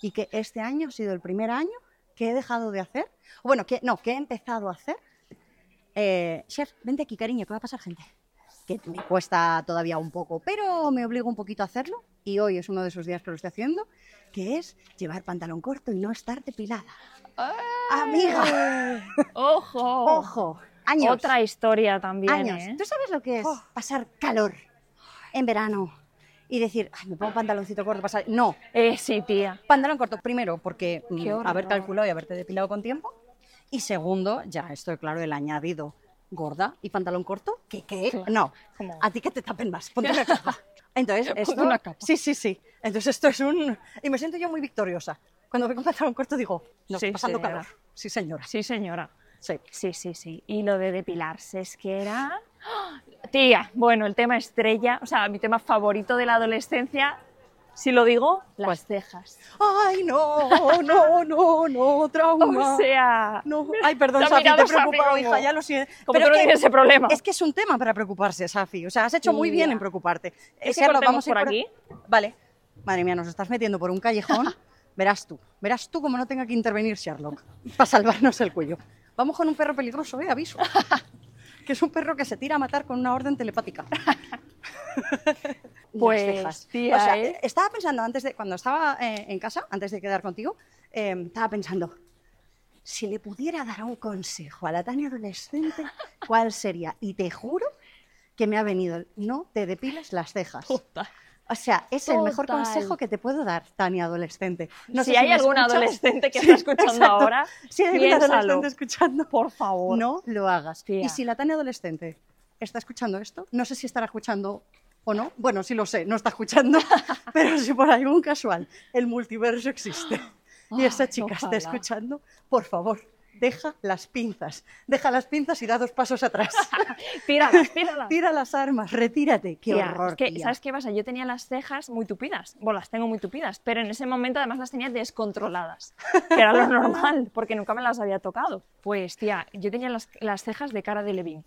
Speaker 1: y que este año ha sido el primer año que he dejado de hacer, o bueno, que no, que he empezado a hacer. Eh, Cher, vente aquí, cariño, que va a pasar gente. Que me cuesta todavía un poco, pero me obligo un poquito a hacerlo, y hoy es uno de esos días que lo estoy haciendo, que es llevar pantalón corto y no estar depilada. Amiga,
Speaker 3: ¡Ojo!
Speaker 1: ojo, años.
Speaker 3: Otra historia también,
Speaker 1: años.
Speaker 3: ¿eh?
Speaker 1: ¿Tú sabes lo que es pasar calor en verano y decir, "Ay, me pongo pantaloncito corto? Pasar... No,
Speaker 3: Eh, sí, tía.
Speaker 1: pantalón corto primero porque mm,
Speaker 3: Qué horror.
Speaker 1: haber calculado y haberte depilado con tiempo. Y segundo, ya estoy claro, el añadido gorda y pantalón corto, que qué?
Speaker 3: Claro.
Speaker 1: no,
Speaker 3: Como-
Speaker 1: a ti que te tapen más, ponte una capa. Entonces,
Speaker 3: Ponte
Speaker 1: esto,
Speaker 3: una capa.
Speaker 1: sí, sí, sí. Entonces esto es un y me siento yo muy victoriosa. Cuando veo un pantalón corto digo, no,
Speaker 3: Sí,
Speaker 1: pasando
Speaker 3: señora.
Speaker 1: calor. Sí, señora.
Speaker 3: Sí, señora.
Speaker 1: Sí.
Speaker 3: Sí, sí, sí. Y lo de depilarse es que era... ¡Ah! Tía, bueno, el tema estrella, o sea, mi tema favorito de la adolescencia, si lo digo, las cejas.
Speaker 1: Ay, no, no, no, no, trauma.
Speaker 3: O sea...
Speaker 1: No, ay, perdón,
Speaker 3: la
Speaker 1: Safi, te
Speaker 3: mirada
Speaker 1: he
Speaker 3: se abre
Speaker 1: preocupado,
Speaker 3: como-
Speaker 1: hija, ya lo siento.
Speaker 3: como tú
Speaker 1: es
Speaker 3: no
Speaker 1: que-
Speaker 3: tienes ese problema.
Speaker 1: Es que es un tema para preocuparse, Safi. O sea, has hecho muy
Speaker 3: Sí,
Speaker 1: bien
Speaker 3: ya.
Speaker 1: en preocuparte.
Speaker 3: ¿Quieres
Speaker 1: Ese
Speaker 3: que
Speaker 1: lo
Speaker 3: cortemos
Speaker 1: a ir
Speaker 3: por
Speaker 1: Vale. Madre mía, nos estás metiendo por un callejón. Verás tú, verás tú como no tenga que intervenir Sherlock para salvarnos el cuello. Vamos con un perro peligroso, eh, aviso. Que es un perro que se tira a matar con una orden telepática. Las
Speaker 3: Pues,
Speaker 1: cejas.
Speaker 3: tía,
Speaker 1: O sea,
Speaker 3: ¿eh?
Speaker 1: estaba pensando antes de, cuando estaba eh, en casa, antes de quedar contigo, eh, estaba pensando, si le pudiera dar un consejo a la Tania adolescente, ¿cuál sería? Y te juro que me ha venido, el, no te depiles las cejas. O sea, es el mejor
Speaker 3: Oh, Total.
Speaker 1: consejo que te puedo dar, Tania adolescente. No
Speaker 3: si
Speaker 1: sé
Speaker 3: hay
Speaker 1: me
Speaker 3: algún
Speaker 1: escuchas.
Speaker 3: adolescente que
Speaker 1: Sí,
Speaker 3: está escuchando
Speaker 1: exacto.
Speaker 3: ahora,
Speaker 1: si hay algún
Speaker 3: piénsalo.
Speaker 1: adolescente escuchando,
Speaker 3: Por favor.
Speaker 1: no lo hagas.
Speaker 3: Tía.
Speaker 1: Y si la Tania adolescente está escuchando esto, no sé si estará escuchando o no. Bueno, sí lo sé, no está escuchando, pero si por algún casual el multiverso existe y
Speaker 3: Ay,
Speaker 1: esta chica está
Speaker 3: Ah, ojalá.
Speaker 1: escuchando, por favor, deja las pinzas, deja las pinzas y da dos pasos atrás.
Speaker 3: Tíralas, tíralas.
Speaker 1: Tira las armas, retírate. Qué
Speaker 3: Tía,
Speaker 1: horror.
Speaker 3: es que,
Speaker 1: tía.
Speaker 3: ¿sabes qué pasa? Yo tenía las cejas muy tupidas, bueno, las tengo muy tupidas, pero en ese momento además las tenía descontroladas, que era lo normal, porque nunca me las había tocado. Pues, tía, yo tenía las, las cejas de cara de Levin.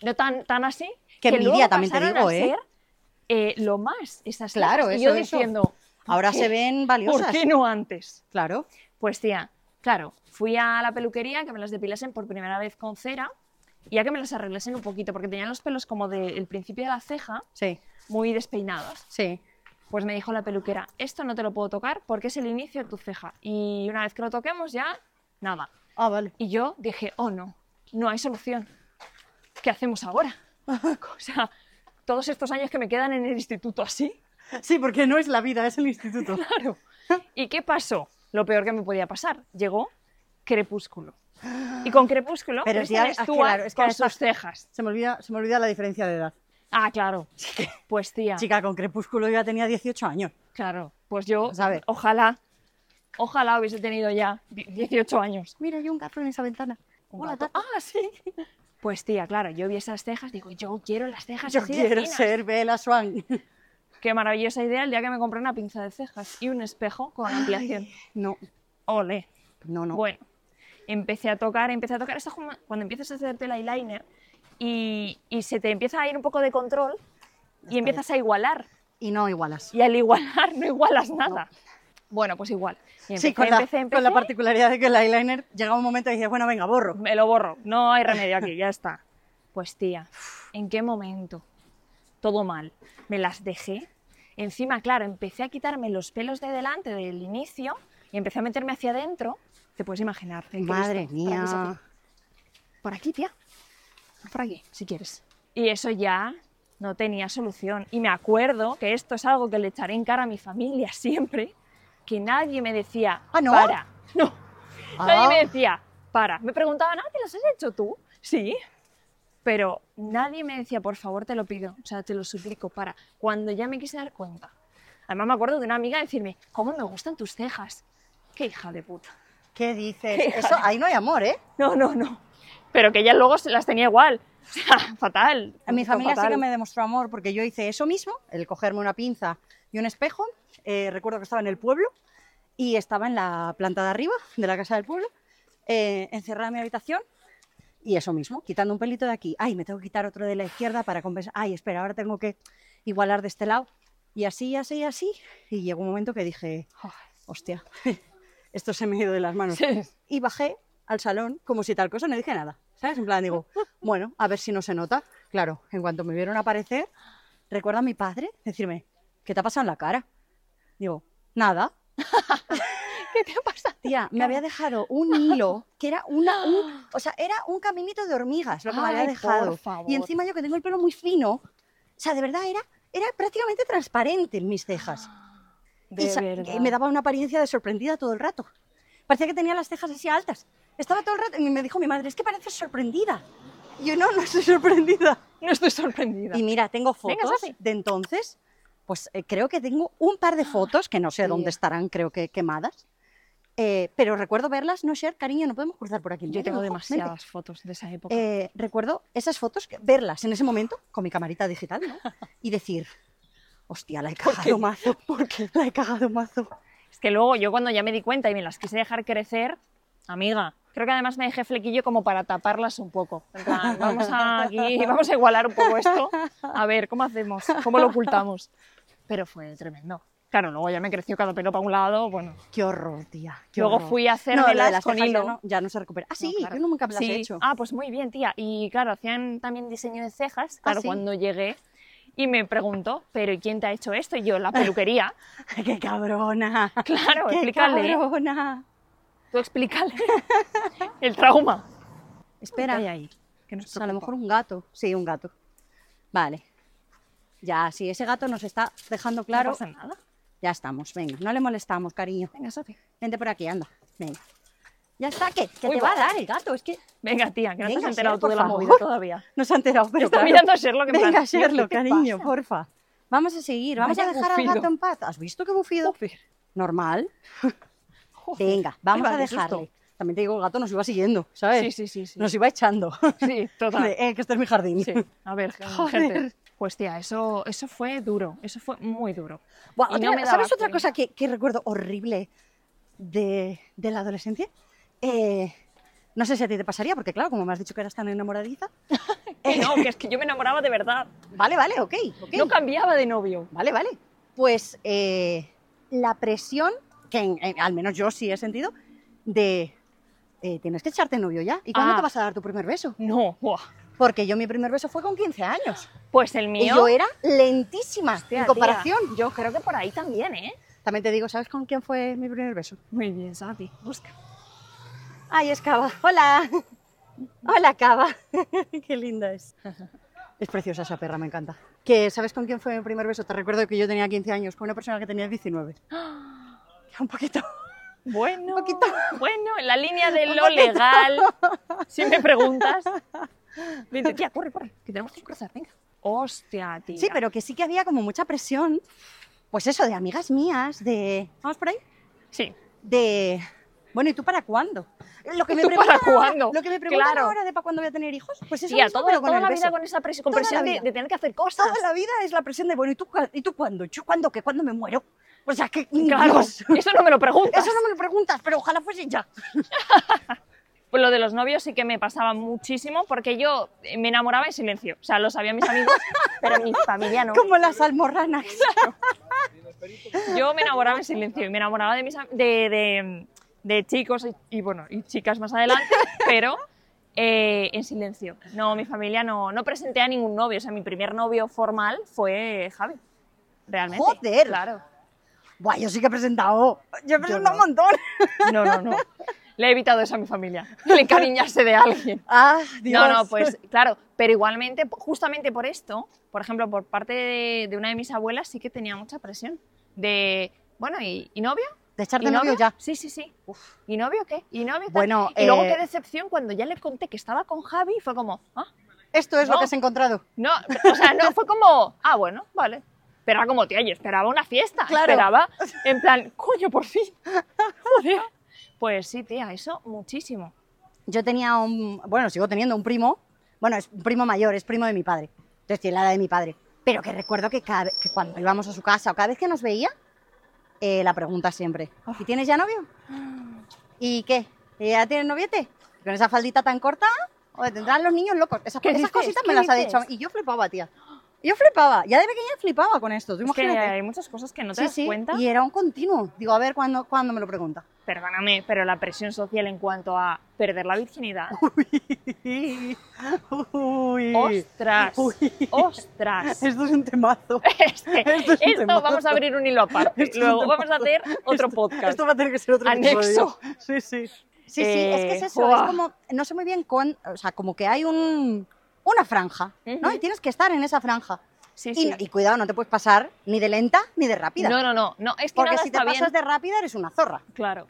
Speaker 3: No tan, tan así.
Speaker 1: Qué
Speaker 3: que luego
Speaker 1: envidia, también te
Speaker 3: pasaron
Speaker 1: digo,
Speaker 3: a
Speaker 1: ¿eh?
Speaker 3: ser, eh, lo más, esas cejas.
Speaker 1: Claro,
Speaker 3: Y
Speaker 1: eso,
Speaker 3: yo
Speaker 1: eso.
Speaker 3: diciendo,
Speaker 1: Ahora
Speaker 3: qué?
Speaker 1: se ven valiosas.
Speaker 3: ¿por qué no antes?
Speaker 1: Claro.
Speaker 3: Pues tía, claro, fui a la peluquería que me las depilasen por primera vez con cera y a que me las arreglasen un poquito, porque tenían los pelos como del principio de la ceja
Speaker 1: Sí,
Speaker 3: muy despeinados.
Speaker 1: sí.
Speaker 3: Pues me dijo la peluquera, esto no te lo puedo tocar porque es el inicio de tu ceja. Y una vez que lo toquemos ya, nada.
Speaker 1: Ah, vale.
Speaker 3: Y yo dije, oh no, no hay solución. ¿Qué hacemos ahora? O sea, todos estos años que me quedan en el instituto así.
Speaker 1: Sí, porque no es la vida, es el instituto.
Speaker 3: Claro. ¿Y qué pasó? Lo peor que me podía pasar. Llegó crepúsculo. Y con crepúsculo,
Speaker 1: Pero si
Speaker 3: Cristian
Speaker 1: ya- ah,
Speaker 3: Estúa
Speaker 1: claro, es que
Speaker 3: con
Speaker 1: además-
Speaker 3: sus cejas.
Speaker 1: Se me olvida, se me olvida la diferencia de edad.
Speaker 3: Ah, claro. Pues tía,
Speaker 1: Chica, con Crepúsculo yo ya tenía 18 años.
Speaker 3: claro. Pues yo,
Speaker 1: Pues a ver.
Speaker 3: ojalá, ojalá hubiese tenido ya 18 años.
Speaker 1: Mira, hay un gato en esa ventana.
Speaker 3: Un
Speaker 1: Hola,
Speaker 3: gato.
Speaker 1: tata.
Speaker 3: Ah, sí. Pues tía, claro, yo vi esas cejas, digo, yo quiero las cejas
Speaker 1: Yo
Speaker 3: así de
Speaker 1: quiero
Speaker 3: finas.
Speaker 1: ser Bella Swan.
Speaker 3: Qué maravillosa idea el día que me compré una pinza de cejas y un espejo con ampliación.
Speaker 1: No,
Speaker 3: Ole.
Speaker 1: no, no.
Speaker 3: Bueno, empecé a tocar, empecé a tocar. Esto es como cuando empiezas a hacerte el eyeliner y, y se te empieza a ir un poco de control y empiezas a igualar.
Speaker 1: Y no igualas.
Speaker 3: Y al igualar no igualas nada. Bueno, pues igual. Y
Speaker 1: sí,
Speaker 3: empecé,
Speaker 1: con, la,
Speaker 3: empecé,
Speaker 1: con la
Speaker 3: empecé,
Speaker 1: particularidad de que el eyeliner llega un momento y dices, bueno, venga, borro.
Speaker 3: Me lo borro. No hay remedio aquí, ya está. Pues tía, ¿en qué momento? Todo mal. Me las dejé. Encima, claro, empecé a quitarme los pelos de delante del inicio y empecé a meterme hacia adentro. Te puedes imaginar. ¿eh? Qué
Speaker 1: Madre
Speaker 3: lista. Para que se hace-
Speaker 1: mía.
Speaker 3: Por aquí, tía. Por aquí, si quieres. Y eso ya no tenía solución. Y me acuerdo que esto es algo que le echaré en cara a mi familia siempre, que nadie me decía,
Speaker 1: Ah, ¿no?
Speaker 3: para. No.
Speaker 1: Ah.
Speaker 3: Nadie me decía, para. Me preguntaban, ah, ¿te las has hecho tú? Sí. Pero nadie me decía, por favor, te lo pido. O sea, te lo suplico, para. Cuando ya me quise dar cuenta. Además me acuerdo de una amiga decirme, ¿cómo me gustan tus cejas? Qué hija de puta.
Speaker 1: ¿Qué dices? Eso, ahí no hay amor, ¿eh?
Speaker 3: No, no, no. Pero que ella luego se las tenía igual. O sea, fatal.
Speaker 1: A mi
Speaker 3: Esto
Speaker 1: familia sí
Speaker 3: fatal.
Speaker 1: que me demostró amor porque yo hice eso mismo, el cogerme una pinza y un espejo. Eh, recuerdo que estaba en el pueblo y estaba en la planta de arriba de la casa del pueblo, eh, encerrada en mi habitación y eso mismo, quitando un pelito de aquí. Ay, me tengo que quitar otro de la izquierda para compensar. Ay, espera, ahora tengo que igualar de este lado. Y así, y así, y así. Y llegó un momento que dije, hostia, esto se me ha ido de las manos.
Speaker 3: Sí.
Speaker 1: Y bajé al salón como si tal cosa, no dije nada. ¿Sabes? En plan, digo, bueno, a ver si no se nota. Claro, en cuanto me vieron aparecer, recuerdo a mi padre decirme, ¿qué te ha pasado en la cara? Digo, nada.
Speaker 3: ¿Qué te pasa?
Speaker 1: Tía, me había dejado un hilo que era una, un- o sea, era un caminito de hormigas lo que me
Speaker 3: Ay,
Speaker 1: había
Speaker 3: por
Speaker 1: dejado.
Speaker 3: favor.
Speaker 1: Y encima yo que tengo el pelo muy fino, o sea, de verdad era, era prácticamente transparente en mis cejas.
Speaker 3: De
Speaker 1: y sa-
Speaker 3: verdad.
Speaker 1: y me daba una apariencia de sorprendida todo el rato. Parecía que tenía las cejas así altas. Estaba todo el rato y me dijo mi madre, es que pareces sorprendida. Y yo no, no estoy sorprendida.
Speaker 3: No estoy sorprendida.
Speaker 1: Y mira, tengo
Speaker 3: Venga,
Speaker 1: fotos
Speaker 3: sabe.
Speaker 1: de entonces. Pues eh, creo que tengo un par de
Speaker 3: Ah,
Speaker 1: fotos que no sé
Speaker 3: Tía.
Speaker 1: dónde estarán, creo que quemadas. Eh, pero recuerdo verlas, no Cher, cariño, no podemos cruzar por aquí. en
Speaker 3: Yo
Speaker 1: medio,
Speaker 3: tengo
Speaker 1: ojo,
Speaker 3: demasiadas fotos de esa época.
Speaker 1: vente. Eh, recuerdo esas fotos, que- verlas en ese momento con mi camarita digital ¿no? y decir, hostia, la he cagado mazo, porque la he cagado mazo.
Speaker 3: Es que luego yo cuando ya me di cuenta y me las quise dejar crecer, amiga, creo que además me dejé flequillo como para taparlas un poco. En plan, vamos a aquí, vamos a igualar un poco esto. A ver, ¿cómo hacemos? ¿Cómo lo ocultamos? Pero fue tremendo. Claro, luego ya me creció cada pelo para un lado, bueno.
Speaker 1: Qué horror, tía. qué
Speaker 3: Luego
Speaker 1: horror.
Speaker 3: fui a
Speaker 1: No, lo de
Speaker 3: hacérmelas
Speaker 1: las
Speaker 3: con
Speaker 1: cejas ya
Speaker 3: hilo.
Speaker 1: no- Ya no se recupera. Ah, sí,
Speaker 3: No, claro.
Speaker 1: yo nunca me las
Speaker 3: Sí.
Speaker 1: he hecho.
Speaker 3: Ah, pues muy bien, tía. Y claro, hacían también diseño de cejas. Claro,
Speaker 1: Ah, sí.
Speaker 3: cuando llegué y me preguntó, ¿pero y quién te ha hecho esto? Y yo, la peluquería.
Speaker 1: ¡Qué cabrona!
Speaker 3: Claro,
Speaker 1: ¡Qué
Speaker 3: explícale.
Speaker 1: cabrona!
Speaker 3: Tú explícale el trauma.
Speaker 1: Espera.
Speaker 3: ¿Qué hay ahí? Que nos
Speaker 1: O sea, a lo
Speaker 3: preocupa.
Speaker 1: mejor un gato. Sí, un gato. Vale. Ya, si ese gato nos está dejando claro,
Speaker 3: No pasa nada.
Speaker 1: ya estamos. Venga, no le molestamos, cariño.
Speaker 3: Venga, Sofi.
Speaker 1: Vente por aquí, anda. Venga. Ya está, ¿qué? ¿Qué
Speaker 3: Uy,
Speaker 1: te va a
Speaker 3: va.
Speaker 1: dar el gato? Es que
Speaker 3: Venga, tía, que no te
Speaker 1: Venga,
Speaker 3: has enterado
Speaker 1: Sher,
Speaker 3: tú
Speaker 1: por
Speaker 3: de la
Speaker 1: favor.
Speaker 3: movida todavía.
Speaker 1: no se ha enterado, pero
Speaker 3: Está
Speaker 1: claro.
Speaker 3: mirando a Sherlock en plan,
Speaker 1: Venga,
Speaker 3: "Tío, ¿qué
Speaker 1: Sherlock,
Speaker 3: te
Speaker 1: cariño,
Speaker 3: pasa?".
Speaker 1: porfa. Vamos a seguir, vamos
Speaker 3: Vaya
Speaker 1: a dejar
Speaker 3: bufido.
Speaker 1: al gato en paz. ¿Has visto qué bufido?
Speaker 3: Joder,
Speaker 1: Normal.
Speaker 3: joder.
Speaker 1: Venga, vamos
Speaker 3: Ahí va,
Speaker 1: a
Speaker 3: qué susto.
Speaker 1: dejarle. también te digo, el gato nos iba siguiendo, ¿sabes?
Speaker 3: Sí, sí, sí, sí.
Speaker 1: Nos iba echando.
Speaker 3: Sí, total.
Speaker 1: De, eh, que este es mi jardín.
Speaker 3: Sí. A ver,
Speaker 1: Joder.
Speaker 3: gente. Pues tía, eso, eso fue duro, eso fue muy duro.
Speaker 1: Buah,
Speaker 3: Y
Speaker 1: otra-
Speaker 3: no me daba
Speaker 1: ¿Sabes otra
Speaker 3: cuenta.
Speaker 1: cosa que, que recuerdo horrible de, de la adolescencia? Eh, no sé si a ti te pasaría, porque claro, como me has dicho que eras tan enamoradiza.
Speaker 3: Que
Speaker 1: eh,
Speaker 3: no, que es que yo me enamoraba de verdad.
Speaker 1: Vale, vale, ok. ok.
Speaker 3: No cambiaba de novio.
Speaker 1: Vale, vale. Pues eh, la presión, que en- en- al menos yo sí he sentido, de eh, tienes que echarte novio ya. ¿Y cuándo
Speaker 3: Ah.
Speaker 1: te vas a dar tu primer beso?
Speaker 3: No, buah.
Speaker 1: Porque yo mi primer beso fue con 15 años.
Speaker 3: Pues el
Speaker 1: Y
Speaker 3: mío.
Speaker 1: yo era lentísima
Speaker 3: Hostia,
Speaker 1: en comparación.
Speaker 3: tía, yo creo que por ahí también, ¿eh?
Speaker 1: También te digo, ¿sabes con quién fue mi primer beso?
Speaker 3: Muy bien, Santi, busca.
Speaker 1: Ay, es Cava. Hola. Hola, Cava. Qué linda es. Es preciosa esa perra, me encanta. Que, ¿Sabes con quién fue mi primer beso? Te recuerdo que yo tenía 15 años, con una persona que tenía 19. Un poquito.
Speaker 3: Bueno,
Speaker 1: Un poquito.
Speaker 3: bueno, en la línea de lo legal, si me preguntas. Vente, tía, corre, corre, que tenemos que cruzar, venga. Hostia, tía.
Speaker 1: Sí, pero que sí que había como mucha presión, pues eso, de amigas mías, de... ¿Vamos por ahí?
Speaker 3: Sí,
Speaker 1: De... Bueno, ¿y tú para cuándo? Lo que
Speaker 3: ¿Y tú para
Speaker 1: preguntan ahora-
Speaker 3: cuándo?
Speaker 1: Lo que me preguntan
Speaker 3: Claro.
Speaker 1: ahora de para cuándo voy a tener hijos, pues eso
Speaker 3: tía,
Speaker 1: mismo,
Speaker 3: toda,
Speaker 1: pero con
Speaker 3: toda
Speaker 1: el
Speaker 3: la vida
Speaker 1: beso.
Speaker 3: con esa presión, con
Speaker 1: Toda la
Speaker 3: presión de,
Speaker 1: vida.
Speaker 3: de tener que hacer cosas.
Speaker 1: Toda la vida es la presión de, bueno, ¿y tú, cua- y tú cuándo? ¿Yo cuándo qué? ¿Cuándo me muero? O sea, que...
Speaker 3: Claro,
Speaker 1: Dios.
Speaker 3: eso no me lo preguntas.
Speaker 1: Eso no me lo preguntas, pero ojalá fuese ya.
Speaker 3: Pues Lo de los novios sí que me pasaba muchísimo porque yo eh, me enamoraba en silencio. O sea, lo sabían mis amigos, pero mi familia no.
Speaker 1: Como las almorranas.
Speaker 3: Yo me enamoraba en silencio y me enamoraba de, mis, am- de, de- de chicos y, y, bueno, y chicas más adelante, pero eh, en silencio. No, mi familia no, no presenté a ningún novio. O sea, mi primer novio formal fue Javi. Realmente.
Speaker 1: Joder.
Speaker 3: Claro.
Speaker 1: Buah, yo sí que he presentado. Yo he presentado
Speaker 3: no.
Speaker 1: un montón.
Speaker 3: No, no, no. Le he evitado eso a mi familia. Que le encariñase de alguien.
Speaker 1: Ah, Dios.
Speaker 3: No, no, pues claro, pero igualmente, po- justamente por esto, por ejemplo, por parte de, de una de mis abuelas sí que tenía mucha presión de, bueno, ¿y, y novio?
Speaker 1: De
Speaker 3: ¿Y
Speaker 1: echarte novio ya.
Speaker 3: Sí, sí, sí. ¿Y novio qué? ¿Y novio tal?
Speaker 1: Bueno,
Speaker 3: Y luego
Speaker 1: eh,
Speaker 3: qué decepción cuando ya le conté que estaba con Javi fue como, ah,
Speaker 1: Esto es lo
Speaker 3: No.
Speaker 1: que has encontrado.
Speaker 3: no, o sea, no, fue como, ah, bueno, vale. Pero era como, tía, yo esperaba una fiesta.
Speaker 1: Claro.
Speaker 3: Esperaba, en plan, coño, por fin. Joder. Pues sí, tía, eso muchísimo.
Speaker 1: Yo tenía un. Bueno, sigo teniendo un primo. Bueno, es un primo mayor, es primo de mi padre. Entonces tiene la edad de mi padre. Pero que recuerdo que, cada, ve- que cuando íbamos a su casa o cada vez que nos veía, eh, la pregunta siempre:
Speaker 3: Ah.
Speaker 1: ¿Y tienes ya novio? ¿Y qué? ¿Y ¿Ya tienes noviete? Con esa faldita tan corta, o tendrán los niños locos. Esas,
Speaker 3: ¿Qué
Speaker 1: esas
Speaker 3: dices?
Speaker 1: cositas me
Speaker 3: ¿Qué
Speaker 1: las ha
Speaker 3: dices?
Speaker 1: dicho. Y yo flipaba, tía. Yo flipaba. Ya de pequeña flipaba con esto. ¿Tú
Speaker 3: Es que
Speaker 1: imagínate?
Speaker 3: hay muchas cosas que no te das cuenta.
Speaker 1: Y era un continuo. Digo, a ver cuándo, cuándo me lo pregunta.
Speaker 3: Perdóname, pero la presión social en cuanto a perder la virginidad.
Speaker 1: Uy.
Speaker 3: ¡Ostras!
Speaker 1: Uy.
Speaker 3: ¡Ostras!
Speaker 1: Esto es un temazo.
Speaker 3: Este,
Speaker 1: Esto es un
Speaker 3: esto
Speaker 1: temazo.
Speaker 3: vamos a abrir un hilo aparte.
Speaker 1: Esto es un
Speaker 3: Luego vamos a
Speaker 1: temazo.
Speaker 3: hacer otro
Speaker 1: Esto-
Speaker 3: podcast.
Speaker 1: Esto va a tener que ser otro
Speaker 3: Anexo.
Speaker 1: episodio. Sí, sí. Sí, sí, es que es
Speaker 3: Eh,
Speaker 1: eso.
Speaker 3: ¡buah!
Speaker 1: Es como, no sé muy bien con, o sea, como que hay un, una franja, ¿no?
Speaker 3: Ujú.
Speaker 1: Y tienes que estar en esa franja.
Speaker 3: Sí,
Speaker 1: Y,
Speaker 3: sí.
Speaker 1: no- y cuidado, no te puedes pasar ni de lenta ni de rápida.
Speaker 3: No, no, no, no. Es que
Speaker 1: porque
Speaker 3: nada
Speaker 1: si te
Speaker 3: está bien.
Speaker 1: pasas de rápida eres una zorra.
Speaker 3: Claro,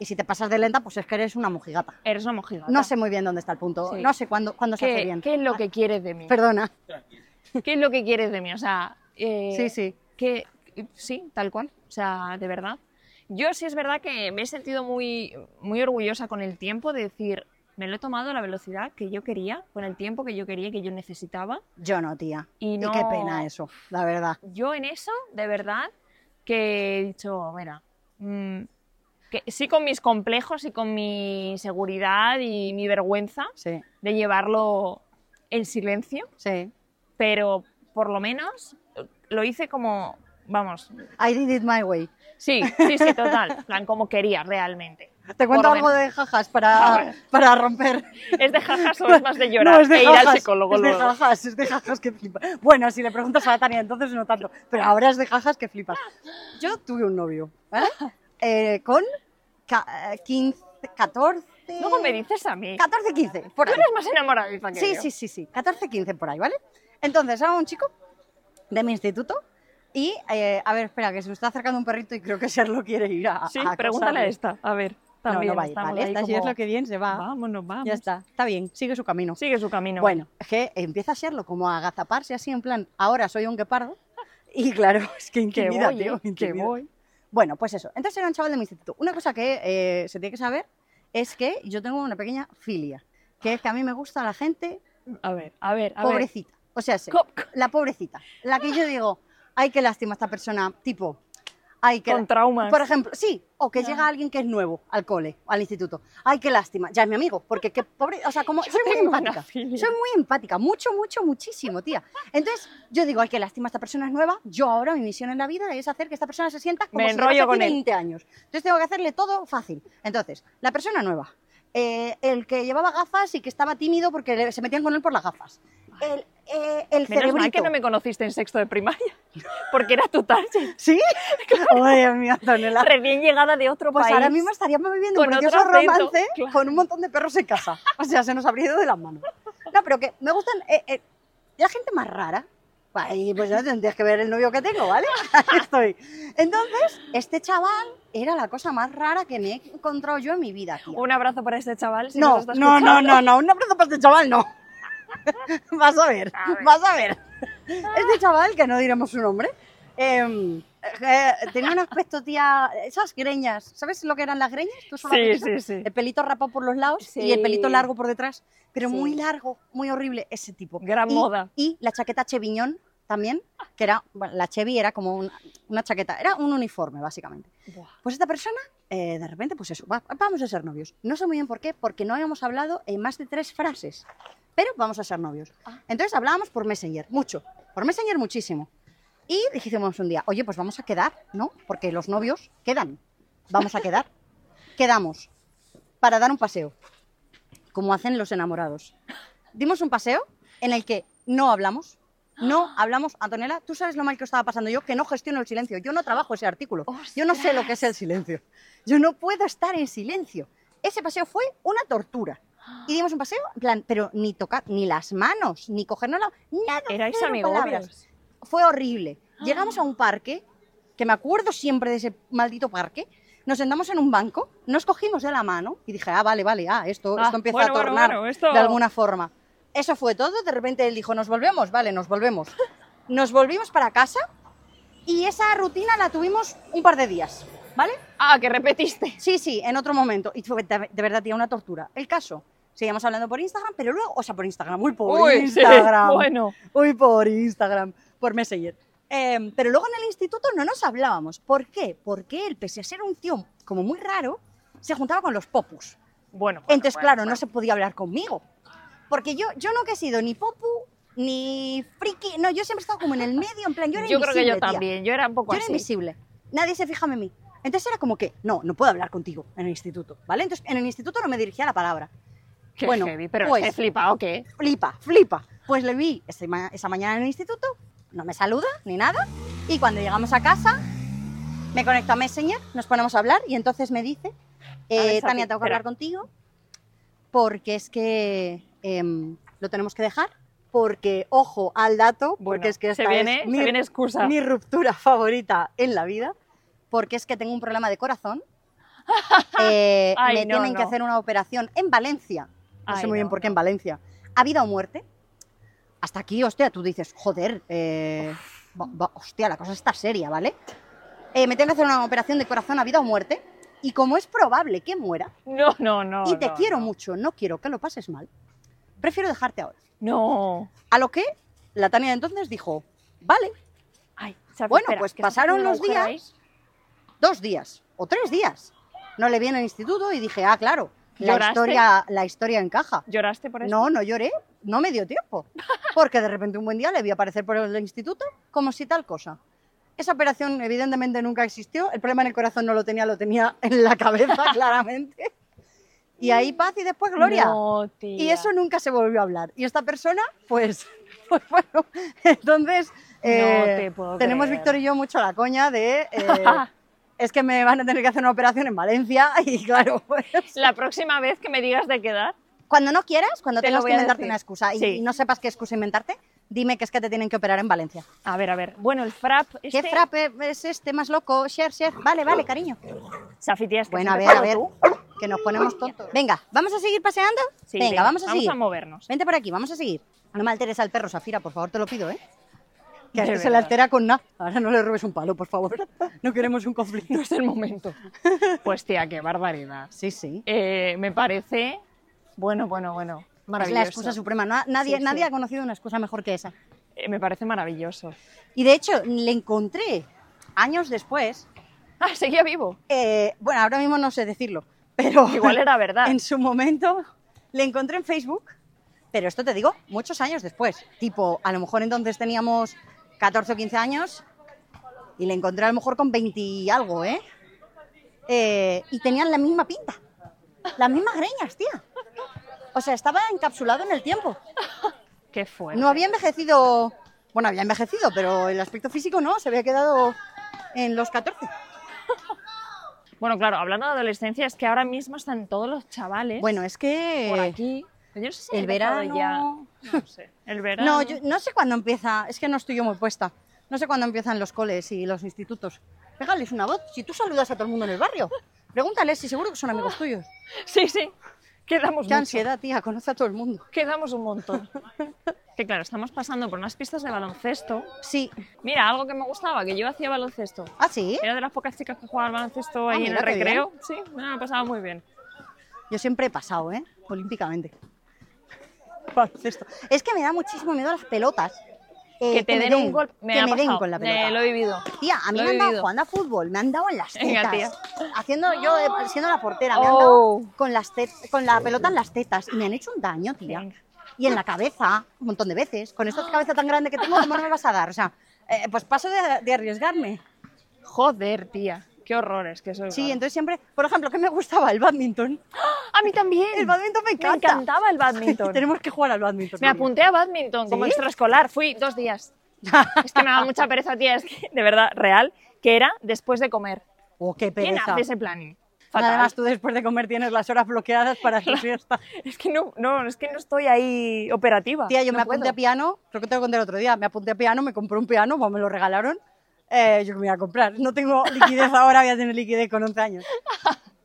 Speaker 1: Y si te pasas de lenta, pues es que eres una mojigata.
Speaker 3: eres una mojigata.
Speaker 1: No sé muy bien dónde está el punto.
Speaker 3: Sí.
Speaker 1: No sé cuándo, cuándo se hace
Speaker 3: ¿Qué,
Speaker 1: bien. Ah,
Speaker 3: qué es lo que quieres de mí?
Speaker 1: Perdona.
Speaker 3: ¿Qué es lo que quieres de mí? O sea, eh,
Speaker 1: Sí, sí.
Speaker 3: que sí, tal cual, o sea, de verdad. Yo sí es verdad que me he sentido muy, muy orgullosa con el tiempo de decir, me lo he tomado a la velocidad que yo quería, con el tiempo que yo quería, que yo necesitaba.
Speaker 1: Yo no, tía.
Speaker 3: Y no-
Speaker 1: qué pena eso, la verdad.
Speaker 3: Yo en eso, de verdad, que he dicho, mira, mm, que sí con mis complejos y con mi seguridad y mi vergüenza
Speaker 1: Sí,
Speaker 3: de llevarlo en silencio,
Speaker 1: sí.
Speaker 3: pero por lo menos lo hice como, vamos,
Speaker 1: I did it my way.
Speaker 3: Sí, sí, sí, total. En plan, como quería realmente.
Speaker 1: Te
Speaker 3: Por
Speaker 1: cuento
Speaker 3: lo
Speaker 1: algo
Speaker 3: menos.
Speaker 1: de jajas para, para romper.
Speaker 3: ¿Es de jajas o es más de llorar?
Speaker 1: No, es de
Speaker 3: e ir
Speaker 1: jajas.
Speaker 3: al psicólogo
Speaker 1: es de
Speaker 3: luego.
Speaker 1: jajas, es de jajas que flipa. Bueno, si le preguntas a la Tania, entonces no tanto. Pero ahora es de jajas que flipas. Yo tuve un novio, ¿vale? Eh, con ca- eh, 15, 14.
Speaker 3: Luego me dices a mí.
Speaker 1: 14, 15, por
Speaker 3: Tú
Speaker 1: ahí.
Speaker 3: eres más enamoradiza que
Speaker 1: Sí,
Speaker 3: yo.
Speaker 1: sí, sí, sí. 14, 15 por ahí, ¿vale? Entonces, era un chico de mi instituto y, eh, a ver, espera, que se me está acercando un perrito y creo que Serlo quiere ir a.
Speaker 3: Sí,
Speaker 1: a
Speaker 3: pregúntale a
Speaker 1: acosarle.
Speaker 3: esta. A ver.
Speaker 1: Ah, No,
Speaker 3: También
Speaker 1: no va a ir,
Speaker 3: estamos
Speaker 1: ¿vale?
Speaker 3: ahí
Speaker 1: Esta sí
Speaker 3: como,
Speaker 1: es lo que bien se va.
Speaker 3: Vámonos, vamos.
Speaker 1: Ya está, está bien, sigue su camino.
Speaker 3: Sigue su camino.
Speaker 1: Bueno, es que empieza a serlo como a agazaparse así, en plan, ahora soy un guepardo. Y claro, es que
Speaker 3: que
Speaker 1: intimida,
Speaker 3: voy,
Speaker 1: tío,
Speaker 3: eh, que
Speaker 1: intimida.
Speaker 3: voy.
Speaker 1: Bueno, pues eso. Entonces era un chaval de mi instituto. Una cosa que eh, se tiene que saber es que yo tengo una pequeña filia, que es que a mí me gusta la gente
Speaker 3: A ver, a ver, a ver.
Speaker 1: pobrecita. O sea, sí,
Speaker 3: Co- co-
Speaker 1: la pobrecita. La que yo digo, ay, qué lástima esta persona, tipo, ay, qué...
Speaker 3: Con traumas.
Speaker 1: Por ejemplo, sí, o que
Speaker 3: Ya.
Speaker 1: llega alguien que es nuevo al cole, al instituto. Ay, qué lástima, ya es mi amigo, porque qué pobre, o sea, como
Speaker 3: Yo
Speaker 1: soy muy
Speaker 3: tengo una
Speaker 1: empática. Soy
Speaker 3: filia.
Speaker 1: muy empática, mucho, mucho, muchísimo, tía. Entonces, yo digo, ay, qué lástima, esta persona es nueva. Yo ahora mi misión en la vida es hacer que esta persona se sienta como
Speaker 3: Me
Speaker 1: si le
Speaker 3: enrollo
Speaker 1: hace
Speaker 3: con él.
Speaker 1: 20 años. Entonces tengo que hacerle todo fácil. Entonces, la persona nueva, eh, el que llevaba gafas y que estaba tímido porque le- se metían con él por las gafas. El, eh, el
Speaker 3: Menos mal que
Speaker 1: cerebrito.
Speaker 3: no me conociste en sexto de primaria, porque era tu target.
Speaker 1: ¿Sí? Ay, Dios mío, Antonella.
Speaker 3: Recién llegada de otro
Speaker 1: Pues
Speaker 3: país.
Speaker 1: ahora mismo estaríamos viviendo un
Speaker 3: Con otro
Speaker 1: precioso
Speaker 3: acento,
Speaker 1: romance
Speaker 3: claro.
Speaker 1: con un montón de perros en casa. O sea, se nos habría ido de las manos. No, pero que me gustan eh, eh, la gente más rara. Ay, pues ya tendrías que ver el novio que tengo, ¿vale? Ahí estoy. Entonces, este chaval era la cosa más rara que me he encontrado yo en mi vida. tía.
Speaker 3: Un abrazo para este chaval. si nos
Speaker 1: No,
Speaker 3: está
Speaker 1: no, no,
Speaker 3: escuchando.
Speaker 1: no, no, un abrazo para este chaval, no. Vas a ver,
Speaker 3: A ver.
Speaker 1: vas a ver. Este chaval, que no diremos su nombre, em, eh, tenía un aspecto, tía, esas greñas. ¿Sabes lo que eran las greñas? ¿Tú solo
Speaker 3: Sí,
Speaker 1: haces eso?
Speaker 3: sí, sí.
Speaker 1: El pelito rapado por los lados
Speaker 3: Sí.
Speaker 1: y el pelito largo por detrás, pero
Speaker 3: Sí.
Speaker 1: muy largo, muy horrible, ese tipo.
Speaker 3: Gran
Speaker 1: Y-
Speaker 3: moda.
Speaker 1: Y la chaqueta Cheviñón también, que era, bueno, la Chevy era como una- una chaqueta, era un uniforme, básicamente.
Speaker 3: Buah.
Speaker 1: Pues esta persona, eh, de repente, pues eso, va- vamos a ser novios. No sé muy bien por qué, porque no habíamos hablado en más de tres frases, pero vamos a ser novios.
Speaker 3: Ah.
Speaker 1: Entonces hablábamos por Messenger, mucho, por Messenger muchísimo. Y dijimos un día, oye, pues vamos a quedar, ¿no? Porque los novios quedan, vamos a quedar. Quedamos para dar un paseo, como hacen los enamorados. Dimos un paseo en el que no hablamos. No hablamos, Antonella, tú sabes lo mal que os estaba pasando yo, que no gestiono el silencio, yo no trabajo ese artículo, yo no sé lo que es el silencio, yo no puedo estar en silencio. Ese paseo fue una tortura. Y dimos un paseo, en plan, pero ni tocar, ni las manos, ni cogernos la... Nada,
Speaker 3: Erais
Speaker 1: cero palabras
Speaker 3: amigobios.
Speaker 1: fue horrible. Llegamos a un parque, que me acuerdo siempre de ese maldito parque, nos sentamos en un banco, nos cogimos de la mano y dije, ah, vale, vale, ah, esto,
Speaker 3: Ah,
Speaker 1: esto empieza
Speaker 3: bueno,
Speaker 1: a
Speaker 3: bueno,
Speaker 1: tornar
Speaker 3: bueno, esto-
Speaker 1: de alguna forma. Eso fue todo, de repente él dijo, nos volvemos, vale, nos volvemos. Nos volvimos para casa y esa rutina la tuvimos un par de días, ¿vale?
Speaker 3: Ah, que repetiste.
Speaker 1: Sí, sí, en otro momento. Y fue de, de verdad, tía, una tortura. El caso, seguíamos hablando por Instagram, pero luego, o sea, por Instagram, muy por
Speaker 3: Uy, sí,
Speaker 1: Instagram.
Speaker 3: Bueno,
Speaker 1: Uy, por Instagram, por Messenger. Em, pero luego en el instituto no nos hablábamos. ¿Por qué? Porque él, pese a ser un tío como muy raro, se juntaba con los popus.
Speaker 3: bueno.
Speaker 1: Entonces, claro, no se podía hablar conmigo. Porque yo, yo nunca he sido ni popu, ni friki. No, yo siempre he estado como en el medio, en plan, yo era
Speaker 3: Yo creo que yo
Speaker 1: invisible, tía.
Speaker 3: también. Yo era un poco
Speaker 1: Yo era
Speaker 3: así.
Speaker 1: invisible. Nadie se fijaba en mí. Entonces era como que, no, no puedo hablar contigo en el instituto, ¿vale? Entonces en el instituto no me dirigía la palabra.
Speaker 3: Qué
Speaker 1: Bueno,
Speaker 3: heavy, pero
Speaker 1: pues-
Speaker 3: he flipado, ¿qué?
Speaker 1: flipa, flipa. Pues le vi ese ma- esa mañana en el instituto, no me saluda ni nada, y cuando llegamos a casa, me conecto a Messenger, nos ponemos a hablar, y entonces me dice, eh,
Speaker 3: ver,
Speaker 1: Tania,
Speaker 3: Sofi,
Speaker 1: tengo que
Speaker 3: espera.
Speaker 1: hablar contigo, porque es que em, lo tenemos que dejar, porque, ojo al dato,
Speaker 3: Bueno,
Speaker 1: porque es que esta
Speaker 3: se viene,
Speaker 1: es mi,
Speaker 3: se viene excusa.
Speaker 1: mi ruptura favorita en la vida, porque es que tengo un problema de corazón, Eh,
Speaker 3: Ay,
Speaker 1: me
Speaker 3: no,
Speaker 1: tienen que
Speaker 3: no.
Speaker 1: hacer una operación en Valencia, no sé
Speaker 3: Ay,
Speaker 1: muy bien
Speaker 3: no,
Speaker 1: por qué
Speaker 3: no.
Speaker 1: en Valencia. ¿Ha vida o muerte? Hasta aquí, hostia, tú dices, joder, eh, va- va- hostia, la cosa está seria, ¿vale? Eh, me tengo que hacer una operación de corazón a vida o muerte. Y como es probable que muera,
Speaker 3: No, no, no.
Speaker 1: y te
Speaker 3: no,
Speaker 1: quiero
Speaker 3: no.
Speaker 1: mucho, no quiero que lo pases mal, prefiero dejarte ahora.
Speaker 3: No.
Speaker 1: A lo que la Tania de entonces dijo, vale,
Speaker 3: Ay, Safi,
Speaker 1: Bueno,
Speaker 3: espera,
Speaker 1: pues
Speaker 3: que estás
Speaker 1: pasaron
Speaker 3: haciendo un
Speaker 1: los
Speaker 3: agujero ahí.
Speaker 1: dos días o tres días. No le vi en el instituto y dije, ah, claro, la
Speaker 3: ¿Lloraste?
Speaker 1: historia, la historia encaja.
Speaker 3: ¿Lloraste por eso?
Speaker 1: No, no lloré, no me dio tiempo. Porque de repente un buen día le vi aparecer por el instituto como si tal cosa. Esa operación evidentemente nunca existió, el problema en el corazón no lo tenía, lo tenía en la cabeza claramente. Y ahí paz y después gloria.
Speaker 3: No,
Speaker 1: y
Speaker 3: tía.
Speaker 1: eso nunca se volvió a hablar. Y esta persona, pues, pues bueno, entonces eh,
Speaker 3: te puedo
Speaker 1: tenemos
Speaker 3: creer.
Speaker 1: Víctor y yo mucho la coña de... eh, Es que me van a tener que hacer una operación en Valencia y claro, pues,
Speaker 3: La próxima vez que me digas de quedar,
Speaker 1: cuando no quieras, cuando
Speaker 3: Te lo
Speaker 1: tengas
Speaker 3: voy
Speaker 1: que
Speaker 3: a
Speaker 1: inventarte
Speaker 3: decir.
Speaker 1: una excusa y,
Speaker 3: Sí.
Speaker 1: y no sepas qué excusa inventarte, dime que es que te tienen que operar en Valencia.
Speaker 3: a ver, a ver. Bueno, el frap. Este...
Speaker 1: ¿Qué frappe es este más loco? Share, share. Vale, vale, cariño.
Speaker 3: Safi, tía, es que
Speaker 1: Bueno, a ver,
Speaker 3: siempre
Speaker 1: a ver,
Speaker 3: cuando
Speaker 1: que nos ponemos tontos. Venga, ¿vamos a seguir paseando?
Speaker 3: tú- Sí,
Speaker 1: venga, vamos a seguir.
Speaker 3: Vamos a movernos.
Speaker 1: Vente por aquí, vamos a seguir. No malteres al perro, Zafira, por favor, te lo pido, ¿eh? que a
Speaker 3: De
Speaker 1: este se le
Speaker 3: verdad.
Speaker 1: altera con nada. Ahora no le robes un palo, por favor. No queremos un conflicto.
Speaker 3: No es el momento. Pues tía, qué barbaridad.
Speaker 1: Sí, sí.
Speaker 3: Eh, me parece, bueno, bueno, bueno,
Speaker 1: Es la
Speaker 3: maravilloso.
Speaker 1: excusa suprema. No ha- nadie,
Speaker 3: Sí, sí.
Speaker 1: nadie ha conocido una excusa mejor que esa.
Speaker 3: Eh, me parece maravilloso.
Speaker 1: Y de hecho, le encontré años después.
Speaker 3: Ah, seguía vivo.
Speaker 1: eh, bueno, ahora mismo no sé decirlo, pero.
Speaker 3: Igual era verdad.
Speaker 1: En su momento le encontré en Facebook, pero esto te digo, muchos años después. Tipo, a lo mejor entonces teníamos 14 o 15 años y le encontré a lo mejor con 20 y algo, ¿eh? Eh, y tenían la misma pinta, las mismas greñas, tía. O sea, estaba encapsulado en el tiempo.
Speaker 3: Qué fuerte.
Speaker 1: No había envejecido, bueno, había envejecido, pero el aspecto físico no, se había quedado en los 14.
Speaker 3: Bueno, claro, hablando de adolescencia, es que ahora mismo están todos los chavales
Speaker 1: Bueno, es
Speaker 3: por
Speaker 1: que...
Speaker 3: aquí. Yo no sé si
Speaker 1: el
Speaker 3: han empezado
Speaker 1: verano-
Speaker 3: ya. No sé. El verano.
Speaker 1: No, yo no sé cuándo empieza, es que no estoy yo muy puesta. No sé cuándo empiezan los coles y los institutos. Pégales una voz, si tú saludas a todo el mundo en el barrio, pregúntales si seguro que son amigos tuyos.
Speaker 3: Sí, sí. Quedamos
Speaker 1: Qué
Speaker 3: Ah, mucho.
Speaker 1: ansiedad, tía, conoce a todo el mundo.
Speaker 3: Quedamos un montón. que claro, estamos pasando por unas pistas de baloncesto.
Speaker 1: Sí.
Speaker 3: Mira, algo que me gustaba, que yo hacía baloncesto.
Speaker 1: ¿Ah, sí?
Speaker 3: Era de las pocas chicas que jugaba al baloncesto
Speaker 1: Ah,
Speaker 3: ahí en
Speaker 1: mira,
Speaker 3: el
Speaker 1: qué bien.
Speaker 3: recreo. Sí, me lo pasaba muy bien.
Speaker 1: Yo siempre he pasado, ¿eh? Olímpicamente. Baloncesto. Es que me da muchísimo miedo las pelotas. Eh,
Speaker 3: que te
Speaker 1: me
Speaker 3: den, un golpe.
Speaker 1: que
Speaker 3: ha
Speaker 1: me den
Speaker 3: pasado.
Speaker 1: con la
Speaker 3: Me-
Speaker 1: pelota.
Speaker 3: lo he vivido.
Speaker 1: Tía, a mí
Speaker 3: Lo he
Speaker 1: me han dado
Speaker 3: vivido.
Speaker 1: jugando a fútbol, me han dado en las tetas.
Speaker 3: Venga,
Speaker 1: Haciendo yo, eh, siendo la portera, me han
Speaker 3: Oh.
Speaker 1: dado con, las tet- con la pelota en las tetas y me han hecho un daño, tía.
Speaker 3: Venga.
Speaker 1: Y en la cabeza, un montón de veces. Con esta cabeza tan grande que tengo, ¿cómo no me vas a dar? O sea, eh, pues paso de, de arriesgarme.
Speaker 3: Joder, tía. Qué horrores que soy.
Speaker 1: Sí,
Speaker 3: gorda.
Speaker 1: entonces siempre, por ejemplo, que me gustaba el badminton.
Speaker 3: A mí también.
Speaker 1: El badminton me encanta.
Speaker 3: encantaba el badminton.
Speaker 1: Tenemos que jugar al badminton.
Speaker 3: Me
Speaker 1: María.
Speaker 3: apunté a badminton como
Speaker 1: Pues ¿Sí?
Speaker 3: extraescolar, fui dos días. Es que me daba mucha pereza, tía, es que, de verdad, real, que era después de comer.
Speaker 1: Oh, qué
Speaker 3: ¿Quién
Speaker 1: pereza.
Speaker 3: hace ese planning? Fatal.
Speaker 1: Además, tú después de comer tienes las horas bloqueadas para tu siesta.
Speaker 3: Es que no, no, es que no estoy ahí operativa.
Speaker 1: Tía, yo
Speaker 3: No
Speaker 1: me apunté
Speaker 3: puedo.
Speaker 1: a piano, creo que te lo conté el otro día, me apunté a piano, me compré un piano, pues me lo regalaron, eh, yo que me iba a comprar. No tengo liquidez ahora, voy a tener liquidez con 11 años.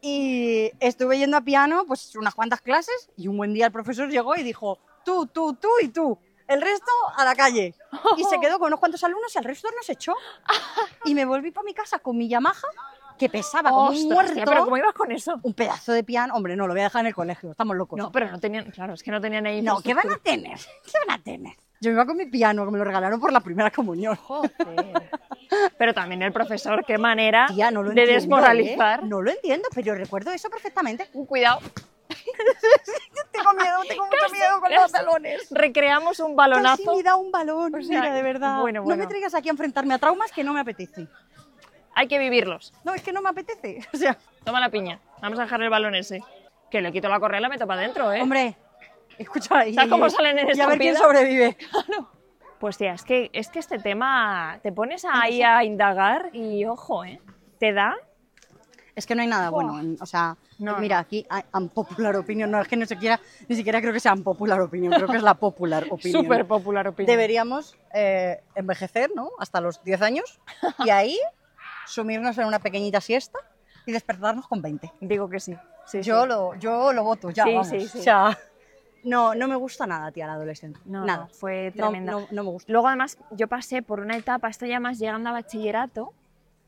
Speaker 1: Y estuve yendo a piano, pues unas cuantas clases, y un buen día el profesor llegó y dijo, tú, tú, tú y tú, el resto a la calle. Y se quedó con unos cuantos alumnos y el resto nos echó. Y me volví para mi casa con mi Yamaha, que pesaba como
Speaker 3: Ostras,
Speaker 1: un
Speaker 3: tía,
Speaker 1: muerto,
Speaker 3: pero ¿cómo ibas con eso?
Speaker 1: un pedazo de piano. Hombre, no, lo voy a dejar en el colegio, estamos locos.
Speaker 3: No, pero no tenían, claro, es que no tenían ahí.
Speaker 1: No, ¿qué van a tener? ¿Qué van a tener? Yo me iba con mi piano, que me lo regalaron por la primera comunión.
Speaker 3: Joder. Pero también el profesor, qué manera
Speaker 1: Tía, no lo
Speaker 3: de
Speaker 1: entiendo. ¿eh?
Speaker 3: desmoralizar.
Speaker 1: No lo entiendo, pero recuerdo eso perfectamente.
Speaker 3: Uh, Cuidado.
Speaker 1: Tengo miedo, tengo mucho miedo con los
Speaker 3: casi.
Speaker 1: balones.
Speaker 3: Recreamos un
Speaker 1: Casi
Speaker 3: balonazo.
Speaker 1: me da un balón,
Speaker 3: O sea,
Speaker 1: mira, de verdad.
Speaker 3: bueno,
Speaker 1: No
Speaker 3: bueno.
Speaker 1: me traigas aquí a enfrentarme a traumas que no me apetece.
Speaker 3: Hay que vivirlos.
Speaker 1: No, es que no me apetece. O sea,
Speaker 3: Toma la piña. Vamos a dejar el balón ese. Que le quito la correa y la meto para adentro, ¿eh?
Speaker 1: hombre, escucha ahí.
Speaker 3: ¿Sabes cómo salen en
Speaker 1: Y a
Speaker 3: esta
Speaker 1: ver quién
Speaker 3: vida?
Speaker 1: sobrevive.
Speaker 3: Pues tía, es que, es que este tema te pones ahí a indagar y ojo, ¿eh? Te da.
Speaker 1: Es que no hay nada bueno, en- o sea,
Speaker 3: No,
Speaker 1: mira, aquí hay unpopular opinion, no, es que no siquiera, ni siquiera creo que sea unpopular opinion, creo que es la popular opinion.
Speaker 3: popular opinión.
Speaker 1: deberíamos eh, envejecer, ¿no? Hasta los 10 años y ahí sumirnos en una pequeñita siesta y despertarnos con 20.
Speaker 3: Digo que sí. sí
Speaker 1: Yo
Speaker 3: sí.
Speaker 1: lo, yo lo voto, ya,
Speaker 3: Sí,
Speaker 1: vamos.
Speaker 3: sí, sí.
Speaker 1: O sea, no, no me gusta nada, tía, la adolescencia.
Speaker 3: No,
Speaker 1: nada.
Speaker 3: no, fue
Speaker 1: No,
Speaker 3: tremenda.
Speaker 1: no- no me gusta.
Speaker 3: Luego además yo pasé por una etapa, esto ya más llegando a bachillerato,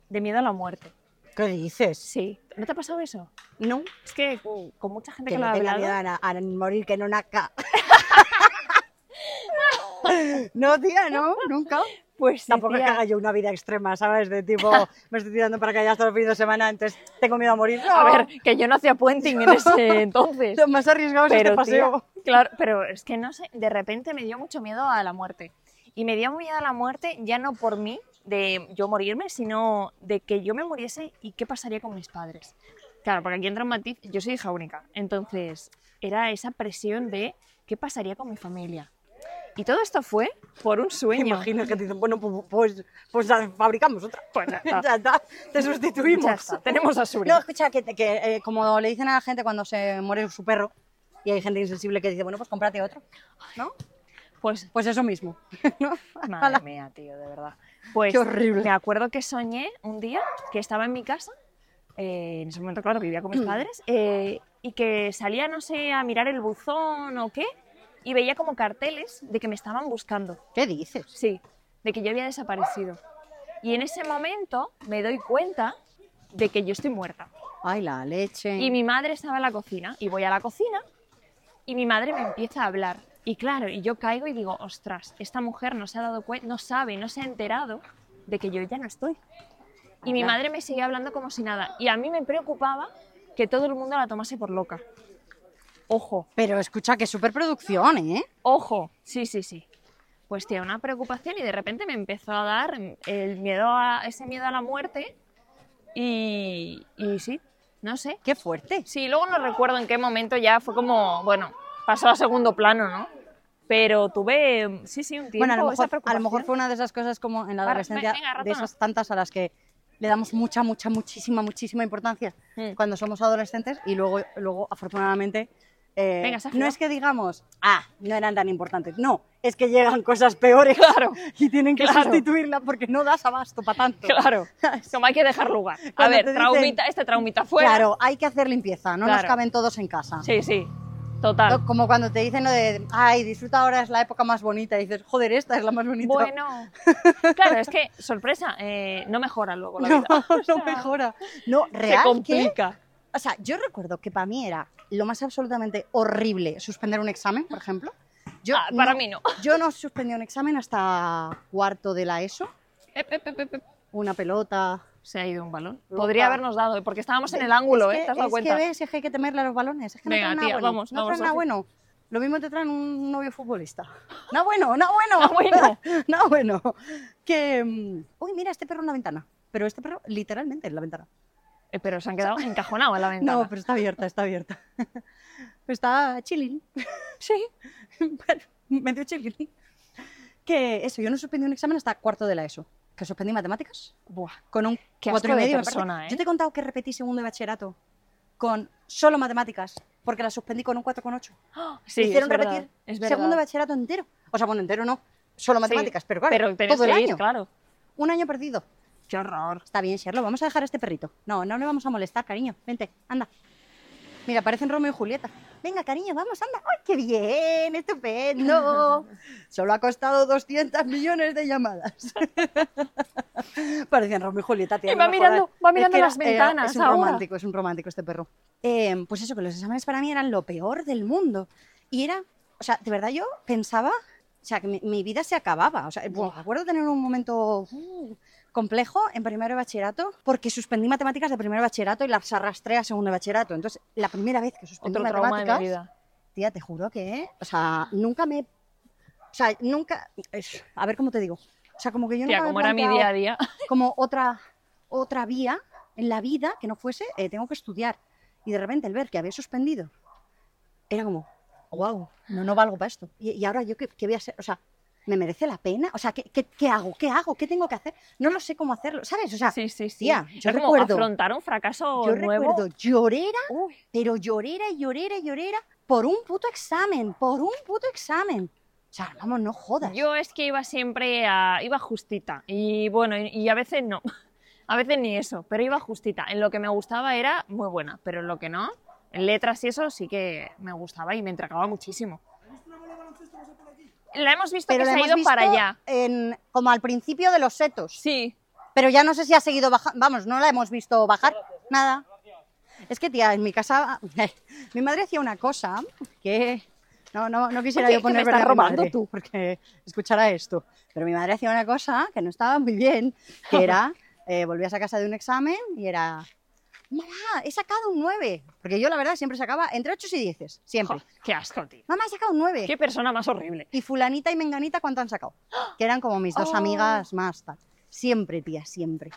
Speaker 3: de miedo a la muerte.
Speaker 1: ¿Qué dices?
Speaker 3: Sí. ¿No te ha pasado eso?
Speaker 1: No.
Speaker 3: Es que uh, con mucha gente que,
Speaker 1: Que
Speaker 3: lo
Speaker 1: no
Speaker 3: ha
Speaker 1: tenga
Speaker 3: hablado...
Speaker 1: miedo a, na- a morir, que no naca. no, tía, no, nunca.
Speaker 3: Pues sí,
Speaker 1: Tampoco es
Speaker 3: tía.
Speaker 1: que haga yo una vida extrema, ¿sabes? De tipo, me estoy tirando para callar todo el fin de semana, entonces tengo miedo a morir. No.
Speaker 3: A ver, que yo no hacía puenting en ese entonces.
Speaker 1: Lo más arriesgado es este paseo.
Speaker 3: tía, claro, pero es que no sé, de repente me dio mucho miedo a la muerte. Y me dio miedo a la muerte ya no por mí, de yo morirme, sino de que yo me muriese y qué pasaría con mis padres. Claro, porque aquí entra un matiz, yo soy hija única, entonces era esa presión de qué pasaría con mi familia. Y todo esto fue por un
Speaker 1: ¿Te
Speaker 3: sueño.
Speaker 1: imaginas que te dicen, bueno, pues, pues, pues la fabricamos otra?
Speaker 3: Pues ya está.
Speaker 1: Ya está, te
Speaker 3: Ya
Speaker 1: sustituimos.
Speaker 3: está, tenemos a Suri.
Speaker 1: No, escucha, que, que, eh, como le dicen a la gente cuando se muere su perro, y hay gente insensible que dice, bueno, pues cómprate otro, ¿no?
Speaker 3: Pues,
Speaker 1: Pues eso mismo. ¿no?
Speaker 3: madre mía, tío, de verdad. Pues
Speaker 1: Qué horrible.
Speaker 3: Me acuerdo que soñé un día que estaba en mi casa, eh, en ese momento, claro, vivía
Speaker 1: Mm.
Speaker 3: con mis padres, eh, y que salía, no sé, a mirar el buzón o qué, y veía como carteles de que me estaban buscando.
Speaker 1: ¿Qué dices?
Speaker 3: Sí. de que yo había desaparecido. Y en ese momento me doy cuenta de que yo estoy muerta.
Speaker 1: Ay, la leche.
Speaker 3: Y mi madre estaba en la cocina y voy a la cocina y mi madre me empieza a hablar. Y claro, y yo caigo y digo, ostras, esta mujer no se ha dado cuenta, no sabe, no se ha enterado de que yo ya no estoy. Y mi
Speaker 1: Claro.
Speaker 3: madre me seguía hablando como si nada. Y a mí me preocupaba que todo el mundo la tomase por loca. Ojo,
Speaker 1: Pero escucha, que superproducción, ¿eh?
Speaker 3: Ojo, sí, sí, sí. Pues tía, una preocupación y de repente me empezó a dar el miedo a, ese miedo a la muerte y, y sí, no sé.
Speaker 1: Qué fuerte.
Speaker 3: Sí, luego no recuerdo en qué momento ya fue como, bueno, pasó a segundo plano, ¿no? Pero tuve, sí, sí, un tiempo
Speaker 1: Bueno, a lo,
Speaker 3: esa
Speaker 1: mejor, a lo mejor
Speaker 3: preocupación.
Speaker 1: fue una de esas cosas como en la
Speaker 3: Para-
Speaker 1: adolescencia,
Speaker 3: venga, ratona.
Speaker 1: de esas tantas a las que le damos mucha, mucha, muchísima, muchísima importancia
Speaker 3: Mm.
Speaker 1: cuando somos adolescentes y luego, luego afortunadamente, eh,
Speaker 3: Venga, Sergio.
Speaker 1: no es que digamos, ah, no eran tan importantes, no, es que llegan cosas peores
Speaker 3: Claro.
Speaker 1: y tienen que
Speaker 3: Claro.
Speaker 1: sustituirla porque no das abasto para tanto.
Speaker 3: Claro, como hay que dejar lugar. A
Speaker 1: Cuando
Speaker 3: ver,
Speaker 1: te dicen-
Speaker 3: traumita, este traumita fuera.
Speaker 1: Claro, hay que hacer limpieza, no nos
Speaker 3: Claro.
Speaker 1: caben todos en casa.
Speaker 3: Sí, sí, total.
Speaker 1: ¿No? Como cuando te dicen lo de, ay, disfruta ahora, es la época más bonita, y dices, joder, esta es la más bonita.
Speaker 3: Bueno, claro, es que, sorpresa, eh, no mejora luego la
Speaker 1: no,
Speaker 3: vida.
Speaker 1: no mejora. No, real que
Speaker 3: Se complica.
Speaker 1: O sea, yo recuerdo que para mí era lo más absolutamente horrible suspender un examen, por ejemplo. Yo
Speaker 3: Ah, para mí no.
Speaker 1: Yo no suspendí un examen hasta cuarto de la ESO.
Speaker 3: Ep, ep, ep, ep, ep.
Speaker 1: Una pelota.
Speaker 3: Se ha ido un balón.
Speaker 1: Loca.
Speaker 3: Podría habernos dado, eh, porque estábamos en el ángulo,
Speaker 1: ah. es que,
Speaker 3: ¿eh? ¿Te has dado
Speaker 1: es
Speaker 3: cuenta?
Speaker 1: que ves, es que hay que temerle a los balones. Es que
Speaker 3: Venga,
Speaker 1: no traen
Speaker 3: tía,
Speaker 1: nada bueno.
Speaker 3: vamos,
Speaker 1: no
Speaker 3: vamos,
Speaker 1: traen nada
Speaker 3: Sofi.
Speaker 1: bueno. Lo mismo te traen un novio futbolista. Nada bueno, nada bueno.
Speaker 3: Nada bueno.
Speaker 1: Nada bueno. Que, mm, uy, mira, este perro en la ventana. Pero este perro literalmente en la ventana.
Speaker 3: Eh, pero se han quedado encajonados en la ventana.
Speaker 1: No, pero está abierta, está abierta. Está chilling.
Speaker 3: Sí.
Speaker 1: Bueno, medio chilling. Que eso, yo no suspendí un examen hasta cuarto de la ESO. Que suspendí matemáticas
Speaker 3: Buah.
Speaker 1: con un
Speaker 3: Qué
Speaker 1: cuatro
Speaker 3: asco
Speaker 1: y
Speaker 3: de
Speaker 1: medio, me parece.
Speaker 3: persona, ¿eh?
Speaker 1: Yo te he contado que repetí segundo de bachillerato con solo matemáticas porque la suspendí con un 4,8.
Speaker 3: ¡Ah!
Speaker 1: Me
Speaker 3: Sí,
Speaker 1: hicieron
Speaker 3: es verdad,
Speaker 1: repetir
Speaker 3: es verdad.
Speaker 1: segundo de bachillerato entero. O sea, bueno, entero no, solo matemáticas,
Speaker 3: Sí,
Speaker 1: pero claro,
Speaker 3: tenías
Speaker 1: todo el
Speaker 3: que ir,
Speaker 1: año.
Speaker 3: claro.
Speaker 1: Un año perdido.
Speaker 3: Qué horror.
Speaker 1: Está bien, Sherlock, vamos a dejar a este perrito. No, no le vamos a molestar, cariño. Vente, anda. Mira, parecen Romeo y Julieta. Venga, cariño, vamos, anda. ¡Ay, qué bien! ¡Estupendo! Solo ha costado 200 millones de llamadas. parecen Romeo y Julieta. tía,
Speaker 3: Y
Speaker 1: no
Speaker 3: va
Speaker 1: me
Speaker 3: mirando-
Speaker 1: jodas.
Speaker 3: va mirando
Speaker 1: Es que
Speaker 3: las ventanas
Speaker 1: Es un
Speaker 3: ahora.
Speaker 1: romántico, es un romántico este perro. Eh, pues eso, que los exámenes para mí eran lo peor del mundo. Y era, o sea, de verdad yo pensaba, o sea, que mi, mi vida se acababa. O sea, bueno, me acuerdo tener un momento uh, complejo en primero de bachillerato porque suspendí matemáticas de primero de bachillerato y las arrastré a segundo de bachillerato. Entonces, la primera vez que suspendí
Speaker 3: Otro trauma de mi
Speaker 1: matemáticas,
Speaker 3: vida.
Speaker 1: tía, te juro que, ¿eh? o sea, nunca me, o sea, nunca, es- a ver cómo te digo, o sea, como que yo
Speaker 3: Tía,
Speaker 1: nunca me
Speaker 3: como
Speaker 1: he
Speaker 3: era mi
Speaker 1: planteado-
Speaker 3: día a día.
Speaker 1: como otra, otra vía en la vida que no fuese, eh, tengo que estudiar. Y de repente el ver que había suspendido, era como, wow, no, no valgo para esto. Y, y ahora yo qué, qué voy a hacer, o sea, ¿me merece la pena? O sea, ¿qué, qué, qué hago? ¿Qué hago? ¿Qué tengo que hacer? No lo sé cómo hacerlo, ¿sabes? O sea,
Speaker 3: Sí, sí, sí.
Speaker 1: tía, yo
Speaker 3: Era como
Speaker 1: recuerdo-
Speaker 3: afrontar un fracaso
Speaker 1: yo
Speaker 3: nuevo.
Speaker 1: recuerdo llorera,
Speaker 3: Uy,
Speaker 1: pero llorera y llorera y llorera por un puto examen, por un puto examen. O sea, vamos, no jodas.
Speaker 3: yo es que iba siempre a... Iba justita. Y bueno, y, y a veces no. A veces ni eso, pero iba justita. En lo que me gustaba era muy buena, pero en lo que no, en letras y eso sí que me gustaba y me entregaba muchísimo. La hemos visto
Speaker 1: pero la
Speaker 3: que se ha
Speaker 1: hemos
Speaker 3: ido
Speaker 1: visto
Speaker 3: para allá.
Speaker 1: en- como al principio de los setos.
Speaker 3: Sí,
Speaker 1: Pero ya no sé si ha seguido bajando. Vamos, no la hemos visto bajar. Nada. Es que, tía, en mi casa. Mi madre hacía una cosa que. No, no, no quisiera
Speaker 3: Oye,
Speaker 1: yo
Speaker 3: que me
Speaker 1: poner
Speaker 3: estás
Speaker 1: verde a mi
Speaker 3: robando
Speaker 1: madre,
Speaker 3: tú.
Speaker 1: porque escuchara esto. Pero mi madre hacía una cosa que no estaba muy bien, que era. eh, volvías a casa de un examen y era. Mamá, he sacado un 9. Porque yo, la verdad, siempre sacaba entre 8 y 10. Siempre.
Speaker 3: Jo, qué asco, tío.
Speaker 1: Mamá, he sacado un 9
Speaker 3: Qué persona más horrible.
Speaker 1: y fulanita y menganita cuánto han sacado. Que eran como mis dos
Speaker 3: Oh.
Speaker 1: amigas más tal. Siempre, tía, siempre.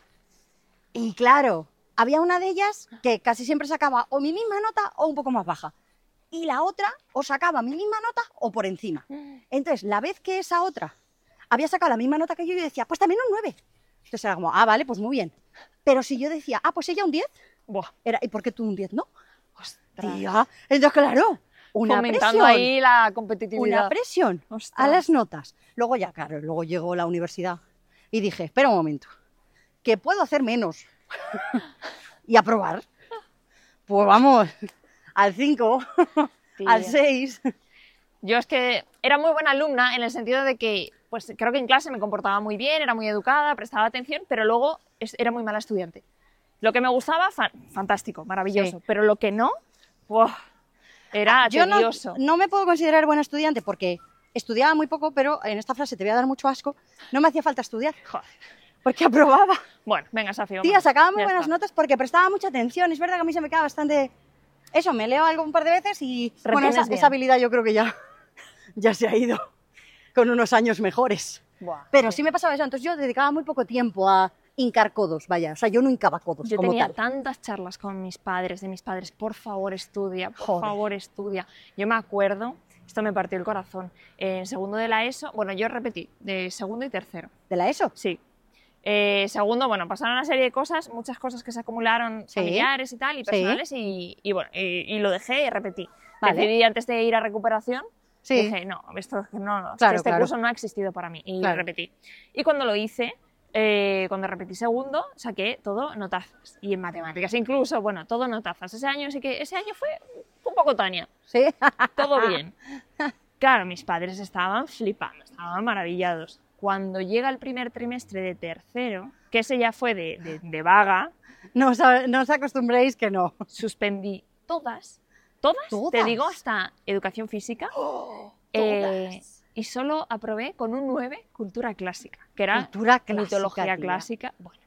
Speaker 1: Y claro, había una de ellas que casi siempre sacaba o mi misma nota o un poco más baja. Y la otra o sacaba mi misma nota o por encima. Entonces, la vez que esa otra había sacado la misma nota que yo, yo decía, pues también un 9. Entonces era como, ah, vale, pues muy bien. Pero si yo decía, ah, pues ella un 10,
Speaker 3: Buah,
Speaker 1: era, ¿y por qué tú un 10 no?
Speaker 3: ostras.
Speaker 1: Tía, entonces claro, una
Speaker 3: Fomentando
Speaker 1: presión
Speaker 3: ahí la
Speaker 1: una
Speaker 3: competitividad.
Speaker 1: presión a
Speaker 3: Ostras.
Speaker 1: las notas. Luego ya, claro, luego llegó la universidad y dije, espera un momento, que puedo hacer menos y aprobar. Pues vamos, al 5,
Speaker 3: Tía.
Speaker 1: al 6.
Speaker 3: Yo es que era muy buena alumna en el sentido de que pues creo que en clase me comportaba muy bien, era muy educada, prestaba atención, pero luego es- era muy mala estudiante. Lo que me gustaba, fa- fantástico, maravilloso, pero lo que no, ¡buah! era
Speaker 1: Ah, Yo no,
Speaker 3: tedioso.
Speaker 1: no me puedo considerar buena estudiante porque estudiaba muy poco, pero en esta frase te voy a dar mucho asco. No me hacía falta estudiar
Speaker 3: Joder.
Speaker 1: porque aprobaba.
Speaker 3: Bueno, venga, Safi.
Speaker 1: Tía, sacaba muy
Speaker 3: ya
Speaker 1: buenas
Speaker 3: está.
Speaker 1: notas porque prestaba mucha atención. Es verdad que a mí se me queda bastante. Eso, me leo algo un par de veces y. Bueno,
Speaker 3: Retienes
Speaker 1: esa,
Speaker 3: bien.
Speaker 1: esa habilidad yo creo que ya, ya se ha ido con unos años mejores.
Speaker 3: Buah,
Speaker 1: Pero sí me pasaba eso. Entonces yo dedicaba muy poco tiempo a hincar codos, vaya. O sea, yo no hincaba codos
Speaker 3: Yo
Speaker 1: pues, como
Speaker 3: tenía
Speaker 1: tal.
Speaker 3: tantas charlas con mis padres, de mis padres, por favor estudia, por
Speaker 1: Joder.
Speaker 3: favor estudia. Yo me acuerdo, esto me partió el corazón, en segundo de la ESO, bueno, yo repetí, de segundo y tercero,
Speaker 1: ¿De la ESO?
Speaker 3: sí. Eh, segundo, bueno, pasaron una serie de cosas, muchas cosas que se acumularon
Speaker 1: Sí.
Speaker 3: familiares y tal, y
Speaker 1: Sí.
Speaker 3: personales, y, y bueno, y, y lo dejé y repetí.
Speaker 1: Vale.
Speaker 3: Decidí antes de ir a recuperación,
Speaker 1: Sí.
Speaker 3: dije, no, esto, no, no, es que
Speaker 1: Claro,
Speaker 3: este
Speaker 1: claro.
Speaker 3: curso no ha existido para mí, y
Speaker 1: Claro.
Speaker 3: repetí. Y cuando lo hice, eh, cuando repetí segundo, saqué todo notazas. Y en matemáticas incluso, bueno, todo notazas. Ese año sí que, ese año fue un poco Tania,
Speaker 1: Sí.
Speaker 3: todo bien. Claro, mis padres estaban flipando, estaban maravillados. Cuando llega el primer trimestre de tercero, que ese ya fue de, de- de vaga,
Speaker 1: No, os a- no os acostumbréis que no.
Speaker 3: suspendí todas, todas, te
Speaker 1: Todas.
Speaker 3: digo, hasta educación física. eh, y solo aprobé con un 9 cultura clásica, que era
Speaker 1: Cultura clásica.
Speaker 3: ah, mitología
Speaker 1: tía.
Speaker 3: clásica. Bueno,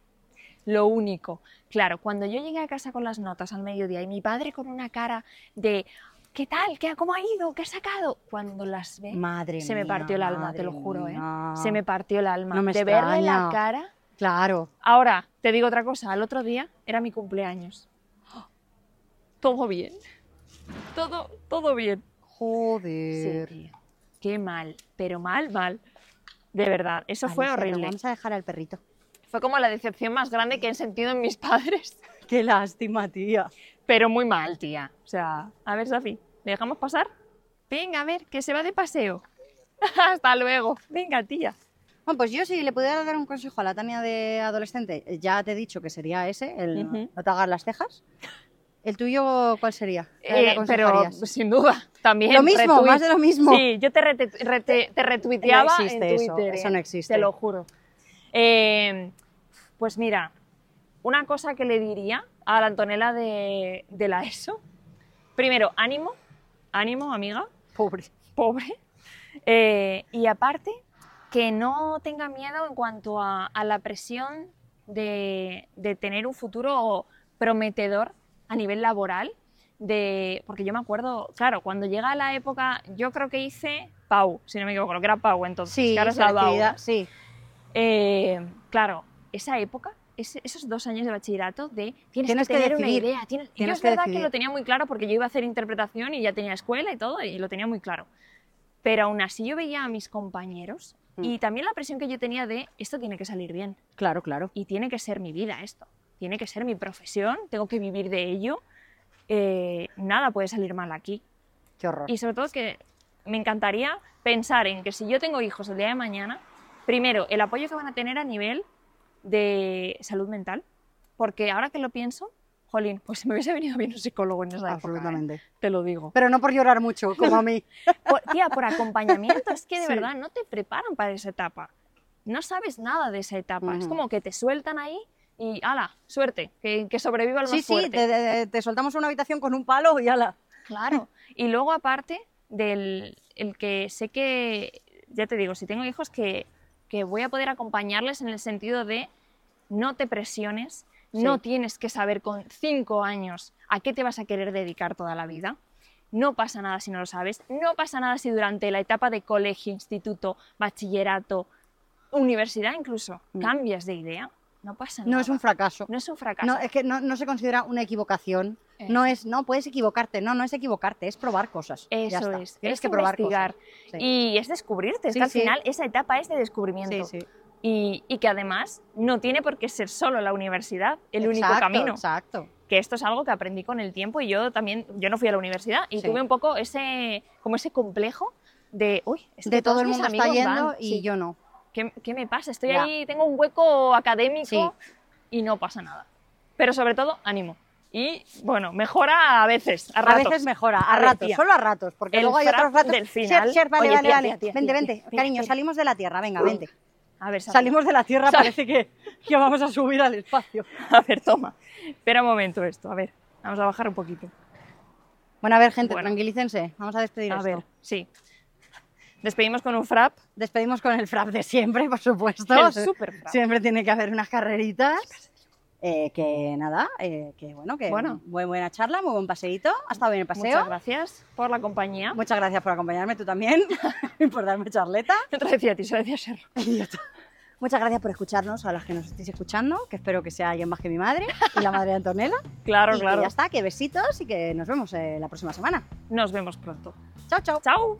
Speaker 3: lo único. Claro, cuando yo llegué a casa con las notas al mediodía y mi padre con una cara de ¿qué tal? ¿Qué, ha- ¿Cómo ha ido? ¿Qué ha sacado? Cuando las ve,
Speaker 1: Madre
Speaker 3: se me
Speaker 1: mía,
Speaker 3: partió el alma, te
Speaker 1: madre
Speaker 3: lo juro, ¿eh?
Speaker 1: mía.
Speaker 3: Se me partió el alma.
Speaker 1: No me
Speaker 3: de verle la
Speaker 1: extraña.
Speaker 3: cara.
Speaker 1: Claro.
Speaker 3: Ahora, te digo otra cosa, al otro día era mi cumpleaños. Todo bien. Todo, todo bien.
Speaker 1: Joder.
Speaker 3: Sí, tío. Qué mal, pero mal, mal. De verdad, eso fue
Speaker 1: Alicia, pero
Speaker 3: horrible.
Speaker 1: Vamos a dejar al perrito.
Speaker 3: Fue como la decepción más grande que he sentido en mis padres.
Speaker 1: Qué lástima, tía.
Speaker 3: Pero muy mal, tía. O sea, a ver, Safi, ¿le dejamos pasar? Venga, a ver, que se va de paseo. Hasta luego. Venga, tía.
Speaker 1: Bueno, pues yo si le pudiera dar un consejo a la Tania de adolescente, eh, ya te he dicho que sería ese, el
Speaker 3: Ujú.
Speaker 1: no te hagas las cejas. ¿El tuyo cuál sería? ¿Qué le
Speaker 3: Eh, pero
Speaker 1: aconsejarías?
Speaker 3: sin duda, también.
Speaker 1: Lo mismo,
Speaker 3: retweet.
Speaker 1: más de lo mismo.
Speaker 3: Sí, yo te, rete- rete- te retuiteaba
Speaker 1: No existe
Speaker 3: en
Speaker 1: eso,
Speaker 3: Twitter.
Speaker 1: eso no
Speaker 3: eh,
Speaker 1: existe.
Speaker 3: Te lo juro. Eh, pues mira, una cosa que le diría a la Antonella de, de la ESO. Primero, ánimo, ánimo, amiga,
Speaker 1: Pobre.
Speaker 3: pobre. Eh, y aparte, que no tenga miedo en cuanto a, a la presión de, de tener un futuro prometedor a nivel laboral. De, porque yo me acuerdo, claro, cuando llega la época, yo creo que hice Pau, si no me equivoco, lo que era Pau entonces,
Speaker 1: Sí,
Speaker 3: que ahora es la Bau.
Speaker 1: selectividad, sí.
Speaker 3: Eh, claro, esa época, ese- esos dos años de bachillerato de tienes,
Speaker 1: Tienes
Speaker 3: que
Speaker 1: que
Speaker 3: tener una
Speaker 1: decidir,
Speaker 3: idea. Tienes, y yo
Speaker 1: tienes
Speaker 3: es
Speaker 1: que
Speaker 3: verdad que
Speaker 1: decidir.
Speaker 3: lo tenía muy claro porque yo iba a hacer interpretación y ya tenía escuela y todo y lo tenía muy claro. Pero aún así yo veía a mis compañeros
Speaker 1: Mm.
Speaker 3: y también la presión que yo tenía de esto tiene que salir bien
Speaker 1: Claro, claro.
Speaker 3: y tiene que ser mi vida esto, tiene que ser mi profesión, tengo que vivir de ello, eh, nada puede salir mal aquí.
Speaker 1: Qué horror.
Speaker 3: Y sobre todo que me encantaría pensar en que si yo tengo hijos el día de mañana, primero, el apoyo que van a tener a nivel de salud mental, porque ahora que lo pienso, jolín, pues me hubiese venido bien un psicólogo en esa época, ¿eh?
Speaker 1: Absolutamente.
Speaker 3: te lo digo.
Speaker 1: Pero no por llorar mucho, como a mí.
Speaker 3: Por- tía, por acompañamiento, es que de
Speaker 1: Sí.
Speaker 3: verdad no te preparan para esa etapa. No sabes nada de esa etapa. Es
Speaker 1: Ujú.
Speaker 3: como que te sueltan ahí y ala, suerte, que, que sobreviva el más
Speaker 1: Sí, sí,
Speaker 3: fuerte.
Speaker 1: te, te- te soltamos una habitación con un palo y ala.
Speaker 3: Claro. Y luego aparte del el que sé que, ya te digo, si tengo hijos, que, que voy a poder acompañarles en el sentido de no te presiones, no
Speaker 1: Sí.
Speaker 3: tienes que saber con cinco años a qué te vas a querer dedicar toda la vida. No pasa nada si no lo sabes, no pasa nada si durante la etapa de colegio, instituto, bachillerato, universidad incluso,
Speaker 1: Mm.
Speaker 3: cambias de idea. No pasa nada.
Speaker 1: No es un fracaso.
Speaker 3: No es un fracaso.
Speaker 1: No, es que no, no se considera una equivocación.
Speaker 3: Eh.
Speaker 1: No es, no, puedes equivocarte. No, no es equivocarte, es probar cosas. Ya
Speaker 3: Eso
Speaker 1: está.
Speaker 3: es.
Speaker 1: Tienes
Speaker 3: es
Speaker 1: que probar
Speaker 3: investigar.
Speaker 1: cosas. Sí.
Speaker 3: Y es descubrirte. Es
Speaker 1: Sí,
Speaker 3: que al
Speaker 1: sí.
Speaker 3: final esa etapa es de descubrimiento.
Speaker 1: Sí, sí.
Speaker 3: Y, y que además no tiene por qué ser solo la universidad el único
Speaker 1: Exacto,
Speaker 3: camino.
Speaker 1: Exacto.
Speaker 3: Que esto es algo que aprendí con el tiempo y yo también, yo no fui a la universidad y
Speaker 1: Sí.
Speaker 3: tuve un poco ese, como ese complejo de, uy, es que
Speaker 1: de todo
Speaker 3: todos
Speaker 1: el
Speaker 3: mis
Speaker 1: mundo está
Speaker 3: amigos
Speaker 1: yendo
Speaker 3: van".
Speaker 1: y
Speaker 3: Sí.
Speaker 1: yo no.
Speaker 3: ¿Qué, qué me pasa? Estoy
Speaker 1: Ya.
Speaker 3: ahí, tengo un hueco académico
Speaker 1: Sí.
Speaker 3: y no pasa nada. Pero sobre todo, ánimo. Y bueno, mejora a veces, a
Speaker 1: A
Speaker 3: ratos.
Speaker 1: veces mejora, a
Speaker 3: A
Speaker 1: ratos,
Speaker 3: ratos.
Speaker 1: solo a ratos, porque
Speaker 3: El
Speaker 1: luego hay
Speaker 3: frac
Speaker 1: otros ratos.
Speaker 3: del
Speaker 1: Sher,
Speaker 3: final.
Speaker 1: Sher, vale,
Speaker 3: Oye,
Speaker 1: vale,
Speaker 3: tía,
Speaker 1: vale.
Speaker 3: tía, tía,
Speaker 1: vente,
Speaker 3: tía,
Speaker 1: vente.
Speaker 3: tía, tía,
Speaker 1: Cariño,
Speaker 3: tía.
Speaker 1: salimos de la Tierra, venga, vente.
Speaker 3: A ver, Sara.
Speaker 1: Salimos de la Tierra,
Speaker 3: Sal-
Speaker 1: parece que, que vamos a subir al espacio.
Speaker 3: A ver, toma. Espera un momento esto, a ver. Vamos a bajar un poquito.
Speaker 1: Bueno, a ver, gente,
Speaker 3: Bueno.
Speaker 1: tranquilícense. Vamos a despedir
Speaker 3: A
Speaker 1: esto.
Speaker 3: ver, sí. Despedimos con un frap.
Speaker 1: Despedimos con el frap de siempre, por supuesto.
Speaker 3: El superfrap.
Speaker 1: Siempre tiene que haber unas carreritas. Eh, que nada, eh, que bueno, que
Speaker 3: Bueno.
Speaker 1: muy buena charla, muy buen paseíto. Ha estado bien el paseo.
Speaker 3: Muchas gracias por la compañía.
Speaker 1: Muchas gracias por acompañarme, tú también, y por darme charleta.
Speaker 3: No te lo decía a ti, se lo decía a Serra.
Speaker 1: Muchas gracias por escucharnos, a las que nos estéis escuchando, que espero que sea alguien más que mi madre y la madre de Antonella.
Speaker 3: Claro,
Speaker 1: y
Speaker 3: claro.
Speaker 1: Que ya está, que besitos y que nos vemos eh, la próxima semana.
Speaker 3: Nos vemos pronto.
Speaker 1: Chao, chao.
Speaker 3: Chao.